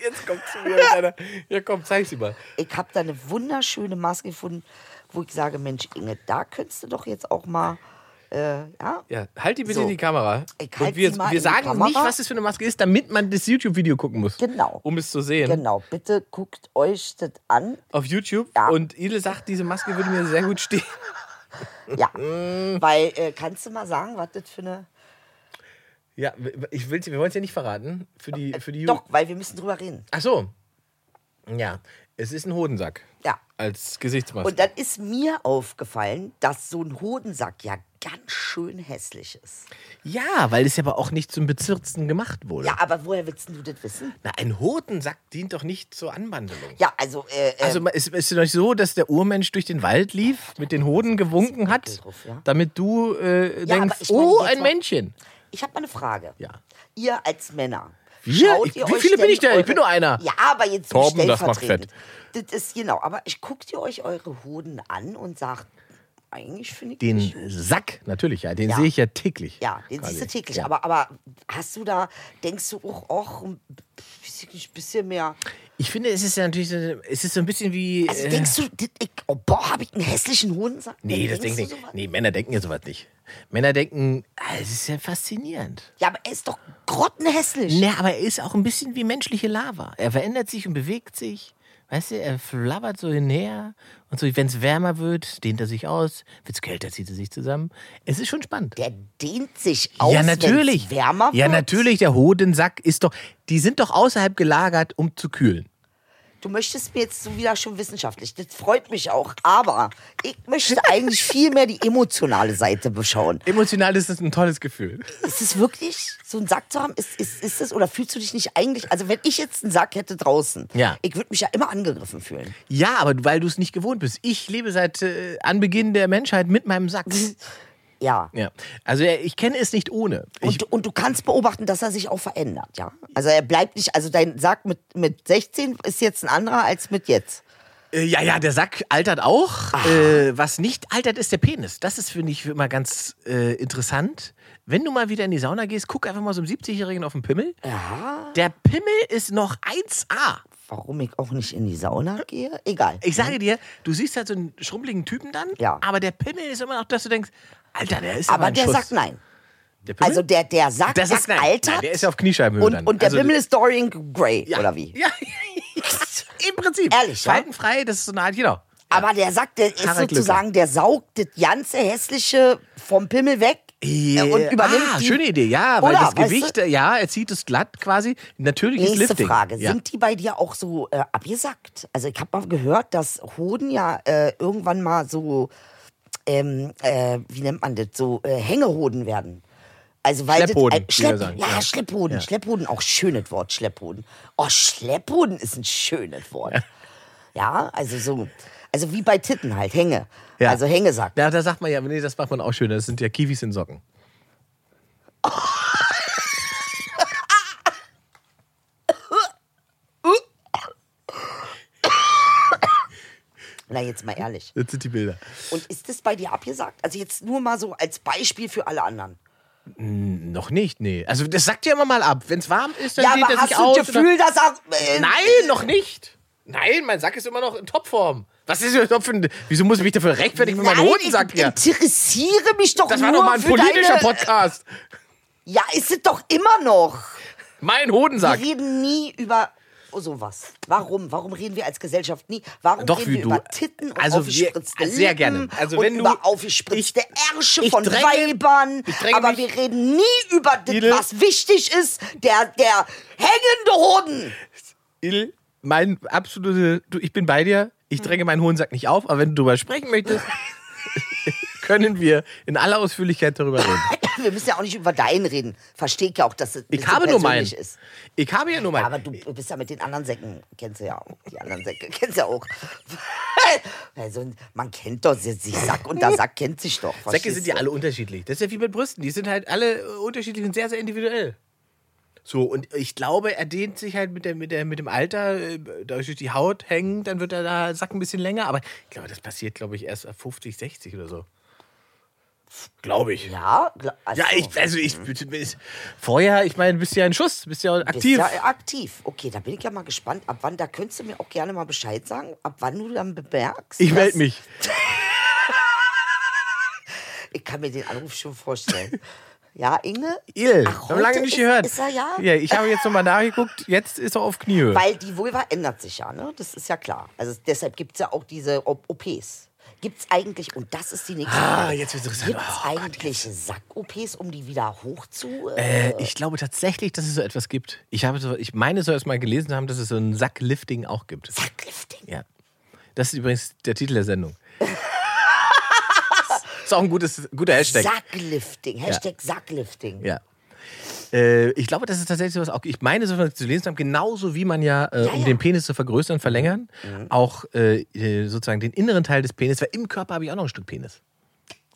S2: Jetzt kommt zu mir mit einer. Ja, komm, zeig sie mal.
S4: Ich habe da eine wunderschöne Maske gefunden, wo ich sage, Mensch, Inge, da könntest du doch jetzt auch mal, äh, ja,
S2: Ja, halt die bitte
S4: So.
S2: in die Kamera.
S4: Ich halt
S2: wir,
S4: sie mal
S2: wir
S4: in die
S2: sagen
S4: Kamera.
S2: nicht, was das für eine Maske ist, damit man das YouTube-Video gucken muss.
S4: Genau.
S2: Um es zu sehen.
S4: genau, bitte guckt euch das an.
S2: Auf YouTube.
S4: Ja.
S2: Und Idel sagt, diese Maske würde mir sehr gut stehen.
S4: Ja, weil, äh, kannst du mal sagen, was das für eine,
S2: Ja, ich will's, wir wollen es ja nicht verraten. Für die, für die
S4: doch, weil wir müssen drüber reden.
S2: Ach so. Ja, es ist ein Hodensack.
S4: Ja.
S2: Als Gesichtsmaske.
S4: Und dann ist mir aufgefallen, dass so ein Hodensack ja ganz schön hässlich ist.
S2: ja, weil es ja aber auch nicht zum Bezirzen gemacht wurde.
S4: Ja, aber woher willst denn du das wissen?
S2: Na, ein Hodensack dient doch nicht zur Anbandelung.
S4: Ja, also, äh, äh,
S2: Also ma- ist, ist es nicht so, dass der Urmensch durch den Wald lief, mit den Hoden gewunken hat,
S4: drauf, ja.
S2: damit du äh, denkst,
S4: aber ich meine,
S2: oh,
S4: jetzt
S2: ein
S4: mal-
S2: Männchen.
S4: ich habe mal eine Frage.
S2: Ja.
S4: Ihr als Männer.
S2: Wir?
S4: schaut
S2: Ich-
S4: ihr
S2: wie
S4: euch
S2: viele bin
S4: denn
S2: ich denn? Ich bin nur einer.
S4: Ja, aber jetzt so
S2: Torben, das macht
S4: stellvertretend. Das, ist genau. Aber ich guckt ihr euch eure Hoden an und sagt, eigentlich finde ich
S2: Den
S4: nicht.
S2: Sack, natürlich, ja, den
S4: Ja.
S2: sehe ich ja täglich.
S4: Ja, den
S2: Quasi.
S4: siehst du täglich.
S2: Ja.
S4: oh, Aber, aber hast du da, denkst du, och, och, ein bisschen- ein bisschen mehr.
S2: Ich finde, es ist ja natürlich so, es ist so ein bisschen wie.
S4: Also
S2: äh,
S4: denkst du, das- ich, oh, boah, habe ich einen hässlichen Hodensack?
S2: nee, das
S4: Denkst
S2: denkt
S4: du
S2: nicht.
S4: sowas?
S2: Nee, Männer denken ja sowas nicht. Männer denken, ah, es ist ja faszinierend.
S4: Ja, aber er ist doch grottenhässlich.
S2: Nee, aber er ist auch ein bisschen wie menschliche Lava. Er verändert sich und bewegt sich. Weißt du, er flabbert so hinher und so, wenn es wärmer wird, dehnt er sich aus, wird es kälter, zieht er sich zusammen. Es ist schon spannend.
S4: Der dehnt sich aus,
S2: ja, natürlich.
S4: wenn's wärmer
S2: ja,
S4: wird.
S2: natürlich, der Hodensack ist doch, die sind doch außerhalb gelagert, um zu kühlen.
S4: Du möchtest mir jetzt so wieder schon wissenschaftlich. Das freut mich auch. Aber ich möchte eigentlich viel mehr die emotionale Seite beschauen.
S2: Emotional ist das ein tolles Gefühl.
S4: Ist es wirklich so einen Sack zu haben? Ist, ist, ist es oder fühlst du dich nicht eigentlich? Also wenn ich jetzt einen Sack hätte draußen,
S2: Ja.
S4: ich würde mich ja immer angegriffen fühlen.
S2: Ja, aber weil du es nicht gewohnt bist. Ich lebe seit äh, Anbeginn der Menschheit mit meinem Sack.
S4: Ja.
S2: ja. Also äh, ich kenne es nicht ohne. Ich,
S4: Und, du- und du kannst beobachten, dass er sich auch verändert, ja. Also er bleibt nicht, also dein Sack mit, mit 16 ist jetzt ein anderer als mit jetzt.
S2: äh, ja, ja, der Sack altert auch.
S4: Ah.
S2: Äh, was nicht altert, ist der Penis. Das ist, finde ich, immer ganz äh, interessant. Wenn du mal wieder in die Sauna gehst, guck einfach mal so einem 70-Jährigen auf den Pimmel. Der Pimmel ist noch 1A.
S4: Warum ich auch nicht in die Sauna gehe? Egal.
S2: Ich sage dir, du siehst halt so einen schrumpeligen Typen dann,
S4: Mhm. Ja.
S2: aber der Pimmel ist immer noch, dass du denkst, Alter, der ist
S4: aber
S2: ein
S4: der
S2: Schuss.
S4: sagt nein.
S2: Der Pimmel?
S4: Also der, der sagt,
S2: Der
S4: der
S2: sagt
S4: ist
S2: nein.
S4: altert.
S2: Nein, der ist ja auf Kniescheibenhöhe
S4: Und,
S2: dann.
S4: und der
S2: Also-
S4: Pimmel ist Dorian Gray, oder wie?
S2: Ja, im Prinzip.
S4: Ehrlich, ja?
S2: Faltenfrei, das ist so eine Art, genau.
S4: Aber der sagt, der ist
S2: Harald
S4: sozusagen, der saugt das ganze Hässliche vom Pimmel weg
S2: Ja,
S4: äh, und übernimmt
S2: ah,
S4: die
S2: schöne Idee, ja, weil
S4: Oder,
S2: das
S4: weißt
S2: Gewicht,
S4: du?
S2: äh, ja, er zieht es glatt quasi. Natürlich ist
S4: Nächste
S2: Lifting.
S4: Frage,
S2: ja.
S4: sind die bei dir auch so äh, abgesackt? Also ich habe mal gehört, dass Hoden ja äh, irgendwann mal so, ähm, äh, wie nennt man das, so äh, Hängehoden werden. Also weil
S2: Schlepphoden,
S4: das, äh,
S2: wie wir
S4: Schlepp,
S2: sagen,
S4: ja,
S2: ja.
S4: Schlepphoden, Schlepphoden, auch schönes Wort, Schlepphoden. Oh, Schlepphoden ist ein schönes Wort. Ja, also so, also wie bei Titten halt, Hänge.
S2: Ja.
S4: Also Hängesack.
S2: Ja, da sagt man ja, nee, das macht man auch schön, das sind ja Kiwis in Socken.
S4: Na, jetzt mal ehrlich.
S2: Das sind die Bilder.
S4: Und ist das bei dir abgesagt? Also jetzt nur mal so als Beispiel für alle anderen.
S2: Noch nicht, nee. Also das sagt ja immer mal ab. Wenn es warm ist, dann
S4: Ja,
S2: geht
S4: aber
S2: er
S4: hast
S2: sich
S4: du
S2: aus.
S4: das Gefühl, dass er... Äh,
S2: Nein, noch nicht. Nein, mein Sack ist immer noch in Topform. Was ist überhaupt für ein. Wieso muss ich mich dafür rechtfertigen, wenn mein
S4: Nein,
S2: Hodensack
S4: ich
S2: hier.
S4: interessiere mich doch
S2: Das
S4: nur
S2: war doch mal ein
S4: für
S2: politischer
S4: deine...
S2: Podcast.
S4: Ja, ist es doch immer noch.
S2: Mein
S4: Wir
S2: Hodensack.
S4: reden nie über oh, sowas. Warum? Warum reden wir als Gesellschaft nie? Warum
S2: Doch,
S4: reden
S2: wie
S4: wir
S2: du.
S4: über Titten und
S2: Also wir-
S4: aufgespritzte Lippen
S2: sehr gerne. Also
S4: und
S2: wenn du-
S4: über aufgespritzte Ärsche von
S2: dränge-
S4: Weibern?
S2: ich dränge
S4: Aber
S2: mich-
S4: wir reden nie über
S2: Idel.
S4: das, was wichtig ist. Der, der hängende Hoden.
S2: Il, mein absolute. Du, ich bin bei dir. Ich
S4: Hm.
S2: dränge meinen Hodensack nicht auf, aber wenn du darüber sprechen möchtest, können wir in aller Ausführlichkeit darüber reden.
S4: Wir müssen ja auch nicht über deinen reden. Verstehe ich ja auch, dass es ein
S2: Ich
S4: bisschen
S2: habe nur meinen.
S4: persönlich ist.
S2: Ich habe ja nur meinen.
S4: Aber du bist ja mit den anderen Säcken, kennst du ja auch. Die anderen Säcke kennst du ja auch. also, man kennt doch sich Sack und der Sack kennt sich doch.
S2: Säcke sind
S4: verstehst
S2: ja
S4: du?
S2: alle unterschiedlich. Das ist ja wie mit Brüsten. Die sind halt alle äh, unterschiedlich und sehr, sehr individuell. So, und ich glaube, er dehnt sich halt mit, der, mit, der, mit dem Alter, äh, dadurch durch die Haut hängen, dann wird er da Sack ein bisschen länger. Aber ich glaube, das passiert, glaube ich, erst ab 50, 60 oder so. Glaube ich. Ja,
S4: Ja, gla- also,
S2: ich, also ich, ich- vorher, ich meine, bist ja ein Schuss, bist ja aktiv.
S4: Bist ja aktiv. Okay, da bin ich ja mal gespannt. Ab wann, da könntest du mir auch gerne mal Bescheid sagen, ab wann du dann bemerkst.
S2: ich
S4: dass-
S2: melde mich.
S4: Ich kann mir den Anruf schon vorstellen. ja, Inge?
S2: Il,
S4: Ach,
S2: haben lange
S4: heute
S2: nicht
S4: ist-
S2: gehört.
S4: Ist er ja?
S2: ja, ich habe jetzt nochmal nachgeguckt, jetzt ist er auf Kniehöhe.
S4: Weil die Vulva ändert sich ja, ne? Das ist ja klar. Also deshalb gibt es ja auch diese O- OPs. Gibt es eigentlich, und das ist die nächste
S2: Ah,
S4: Frage,
S2: jetzt wird's interessant.
S4: Gibt es eigentlich Sack-OPs, um die wieder hoch zu...
S2: Äh, ich glaube tatsächlich, dass es so etwas gibt. Ich, habe so, ich meine, so erst mal gelesen zu haben, dass es so ein Sacklifting auch gibt.
S4: Sacklifting?
S2: Ja. Das ist übrigens der Titel der Sendung. ist auch ein gutes, guter Hashtag.
S4: Sacklifting. Hashtag Sacklifting.
S2: ja. Äh, ich glaube, das ist tatsächlich sowas auch. Ich meine, so was zu lesen zu haben, genauso wie man ja, äh, um
S4: ja. Mhm.
S2: den Penis zu vergrößern, verlängern, auch äh, äh, sozusagen den inneren Teil des Penis, weil im Körper habe ich auch noch ein Stück Penis.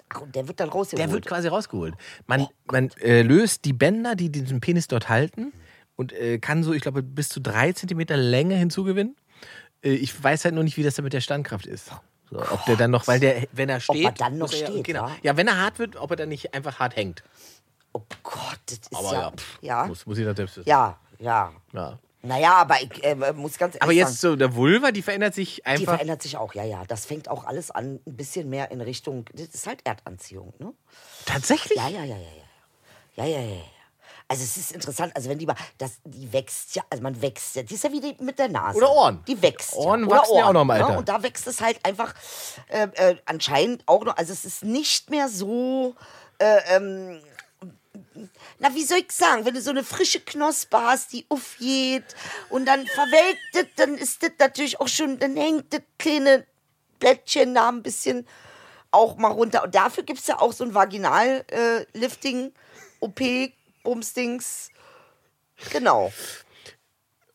S4: Ach, und der wird dann rausgeholt. Oh
S2: Der wird quasi rausgeholt. Man, man äh, löst die Bänder, die diesen Penis dort halten und äh, kann so, ich glaube, bis zu drei Zentimeter Länge hinzugewinnen. Äh, ich weiß halt nur nicht, wie das dann mit der Standkraft ist. So, ob der dann noch, weil der, wenn er
S4: Ob
S2: steht.
S4: er dann noch
S2: muss er ja-
S4: steht,
S2: Genau.
S4: ja.
S2: Ja, wenn er hart wird, ob er dann nicht einfach hart hängt.
S4: oh Gott, das ist
S2: Aber ja,
S4: ja...
S2: pff,
S4: Ja,
S2: Muss, muss ich dann selbst wissen.
S4: ja, ja.
S2: Ja.
S4: Naja, aber ich äh, muss ganz ehrlich
S2: Aber
S4: sagen,
S2: jetzt so, der Vulva, die verändert sich
S4: die
S2: einfach.
S4: verändert sich auch, ja, ja. Das fängt auch alles an, ein bisschen mehr in Richtung, das ist halt Erdanziehung, ne?
S2: tatsächlich?
S4: Ja, ja, ja, ja, ja. Ja, ja, ja, ja. Also es ist interessant, also wenn die mal, das, die wächst ja, also man wächst ja, die ist ja wie die mit der Nase.
S2: Oder Ohren.
S4: Die wächst.
S2: Ohren
S4: ja. ne?
S2: wachsen ja auch noch im Alter.
S4: Und da wächst es halt einfach äh, äh, anscheinend auch noch, also es ist nicht mehr so, äh, ähm, na, wie soll ich sagen, wenn du so eine frische Knospe hast, die aufgeht und dann verwelkt das, dann ist das natürlich auch schon, dann hängt das kleine Blättchen da ein bisschen auch mal runter. Und dafür gibt es ja auch so ein äh, Vaginal-Lifting, OP, Bumsdings. Genau.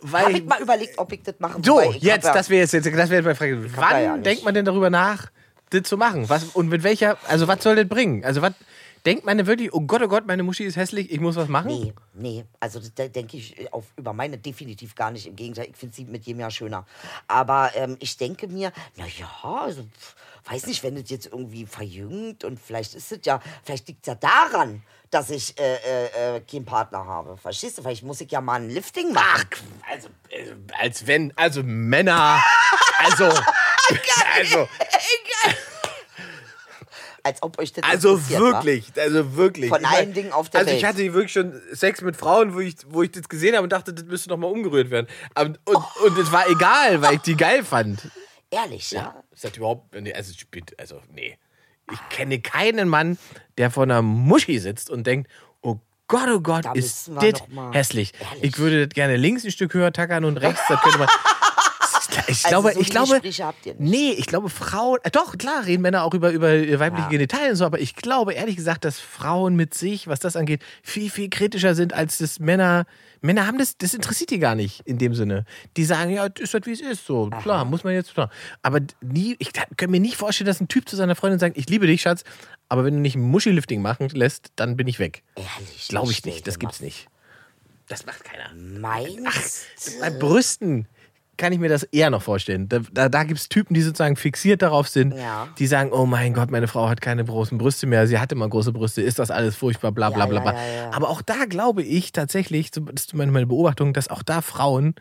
S4: Habe
S2: Weil,
S4: ich mal überlegt, ob ich das machen
S2: so,
S4: wobei ich
S2: jetzt,
S4: hab ja-
S2: das wäre jetzt, jetzt- das wäre jetzt meine Frage.
S4: hab da
S2: Wann
S4: ja nicht.
S2: denkt man denn darüber nach, das zu machen? Was, und mit welcher, also was soll das bringen? Also was, denkt man denn wirklich, oh Gott, oh Gott, meine Muschi ist hässlich, ich muss was machen?
S4: Nee, nee, also da denke ich auf, über meine definitiv gar nicht. Im Gegenteil, ich finde sie mit jedem Jahr schöner. Aber ähm, ich denke mir, naja, also, pf, weiß nicht, wenn das jetzt irgendwie verjüngt und vielleicht ist es ja, vielleicht liegt es ja daran, dass ich äh, äh, äh, keinen Partner habe. Verstehst du? Vielleicht muss ich ja mal ein Lifting machen.
S2: Also, äh, als wenn, also Männer, also, also,
S4: Als ob euch das
S2: also
S4: interessiert, wa?
S2: wirklich, also wirklich.
S4: Von
S2: Ich mein,
S4: allen Dingen auf der
S2: also
S4: Welt.
S2: ich hatte wirklich schon Sex mit Frauen, wo ich, wo ich das gesehen habe und dachte, das müsste nochmal umgerührt werden. Und, und,
S4: Oh.
S2: und es war egal, weil ich die geil fand.
S4: Ehrlich, ja?
S2: Ist das überhaupt. Nee, also, ich bin- also, nee. Ich kenne keinen Mann, der vor einer Muschi sitzt und denkt, oh Gott, oh Gott,
S4: Da
S2: ist
S4: müssen wir
S2: das
S4: noch mal-
S2: hässlich.
S4: Ehrlich?
S2: Ich würde das gerne links ein Stück höher tackern und rechts, das könnte man. Ich
S4: Also
S2: glaube,
S4: so
S2: ich
S4: die
S2: glaube,
S4: Gespräche habt ihr nicht.
S2: nee, ich glaube, Frauen, äh, doch, klar, reden Männer auch über, über weibliche
S4: Ja.
S2: Genitalien und so, aber ich glaube, ehrlich gesagt, dass Frauen mit sich, was das angeht, viel, viel kritischer sind, als das Männer, Männer haben das, das interessiert die gar nicht, in dem Sinne. Die sagen, ja, das ist halt, wie es ist, so, klar, muss man jetzt, klar. Aber nie, ich kann mir nicht vorstellen, dass ein Typ zu seiner Freundin sagt, ich liebe dich, Schatz, aber wenn du nicht ein Muschelifting machen lässt, dann bin ich weg.
S4: Ehrlich.
S2: Glaube ich
S4: stell
S2: nicht,
S4: dir
S2: das
S4: mal-
S2: gibt's nicht. Das macht keiner.
S4: Meinst du?
S2: Bei Brüsten kann ich mir das eher noch vorstellen. Da, da, da gibt es Typen, die sozusagen fixiert darauf sind,
S4: Ja.
S2: die sagen, oh mein Gott, meine Frau hat keine großen Brüste mehr, sie hatte mal große Brüste, ist das alles furchtbar, bla bla
S4: Ja,
S2: bla.
S4: ja,
S2: bla.
S4: ja, ja.
S2: Aber auch da glaube ich tatsächlich, so- das ist meine meine Beobachtung, dass auch da Frauen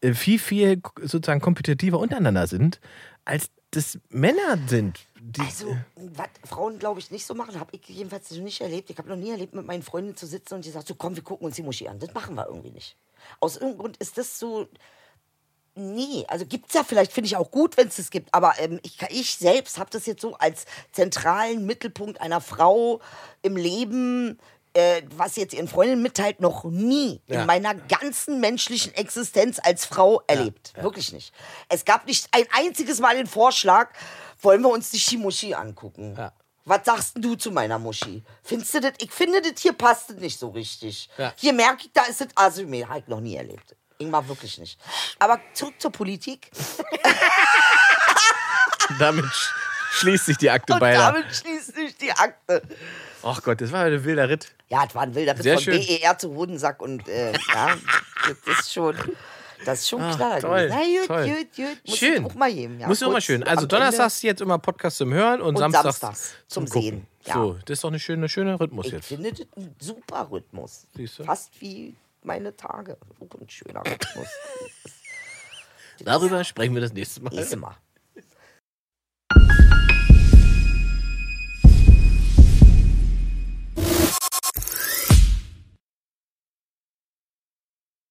S2: äh, viel, viel k- sozusagen kompetitiver untereinander sind, als das Männer sind. Die, äh,
S4: Also, was Frauen, glaube ich, nicht so machen, habe ich jedenfalls noch nicht erlebt. Ich habe noch nie erlebt, mit meinen Freunden zu sitzen und die sagt, so komm, wir gucken uns die Muschi an. Das machen wir irgendwie nicht. Aus irgendeinem Grund ist das so. Nee, also gibt es ja vielleicht, finde ich auch gut, wenn es das gibt, aber ähm, ich, ich selbst habe das jetzt so als zentralen Mittelpunkt einer Frau im Leben, äh, was sie jetzt ihren Freundinnen mitteilt, noch nie in meiner ganzen menschlichen Existenz als Frau erlebt. Wirklich nicht. Es gab nicht ein einziges Mal den Vorschlag, wollen wir uns nicht die Muschi angucken. Was sagst denn du zu meiner Muschi? Findest du das? Ich finde das hier passt das nicht so richtig. Hier merke ich, da ist das Asymmetrisch. Habe ich noch nie erlebt. Ingmar wirklich nicht. Aber zurück zur Politik.
S2: damit sch schließt sich die Akte
S4: Und
S2: beider.
S4: damit schließt sich die Akte.
S2: Ach Gott, das war ein wilder Ritt.
S4: Ja, das war ein wilder Ritt
S2: Sehr
S4: von
S2: schön.
S4: BER E zu Hodensack und äh, ja, das ist schon. Das ist schon klar.
S2: Ah, toll,
S4: Na gut,
S2: toll.
S4: gut, gut. Muss
S2: schön.
S4: ich auch mal jedem. Ja,
S2: Muss auch mal
S4: kurz
S2: schön.
S4: am
S2: Also
S4: Ende.
S2: donnerstags jetzt immer Podcast zum Hören und,
S4: Und
S2: samstags,
S4: samstags zum Sehen, ja.
S2: So, das ist doch ein schöner, schöner Rhythmus
S4: Ich
S2: jetzt.
S4: finde das ein super Rhythmus.
S2: Siehst du?
S4: Fast wie meine Tage. Auch ein schöner Rhythmus.
S2: Darüber sprechen wir das nächste Mal.
S4: Nächste Mal.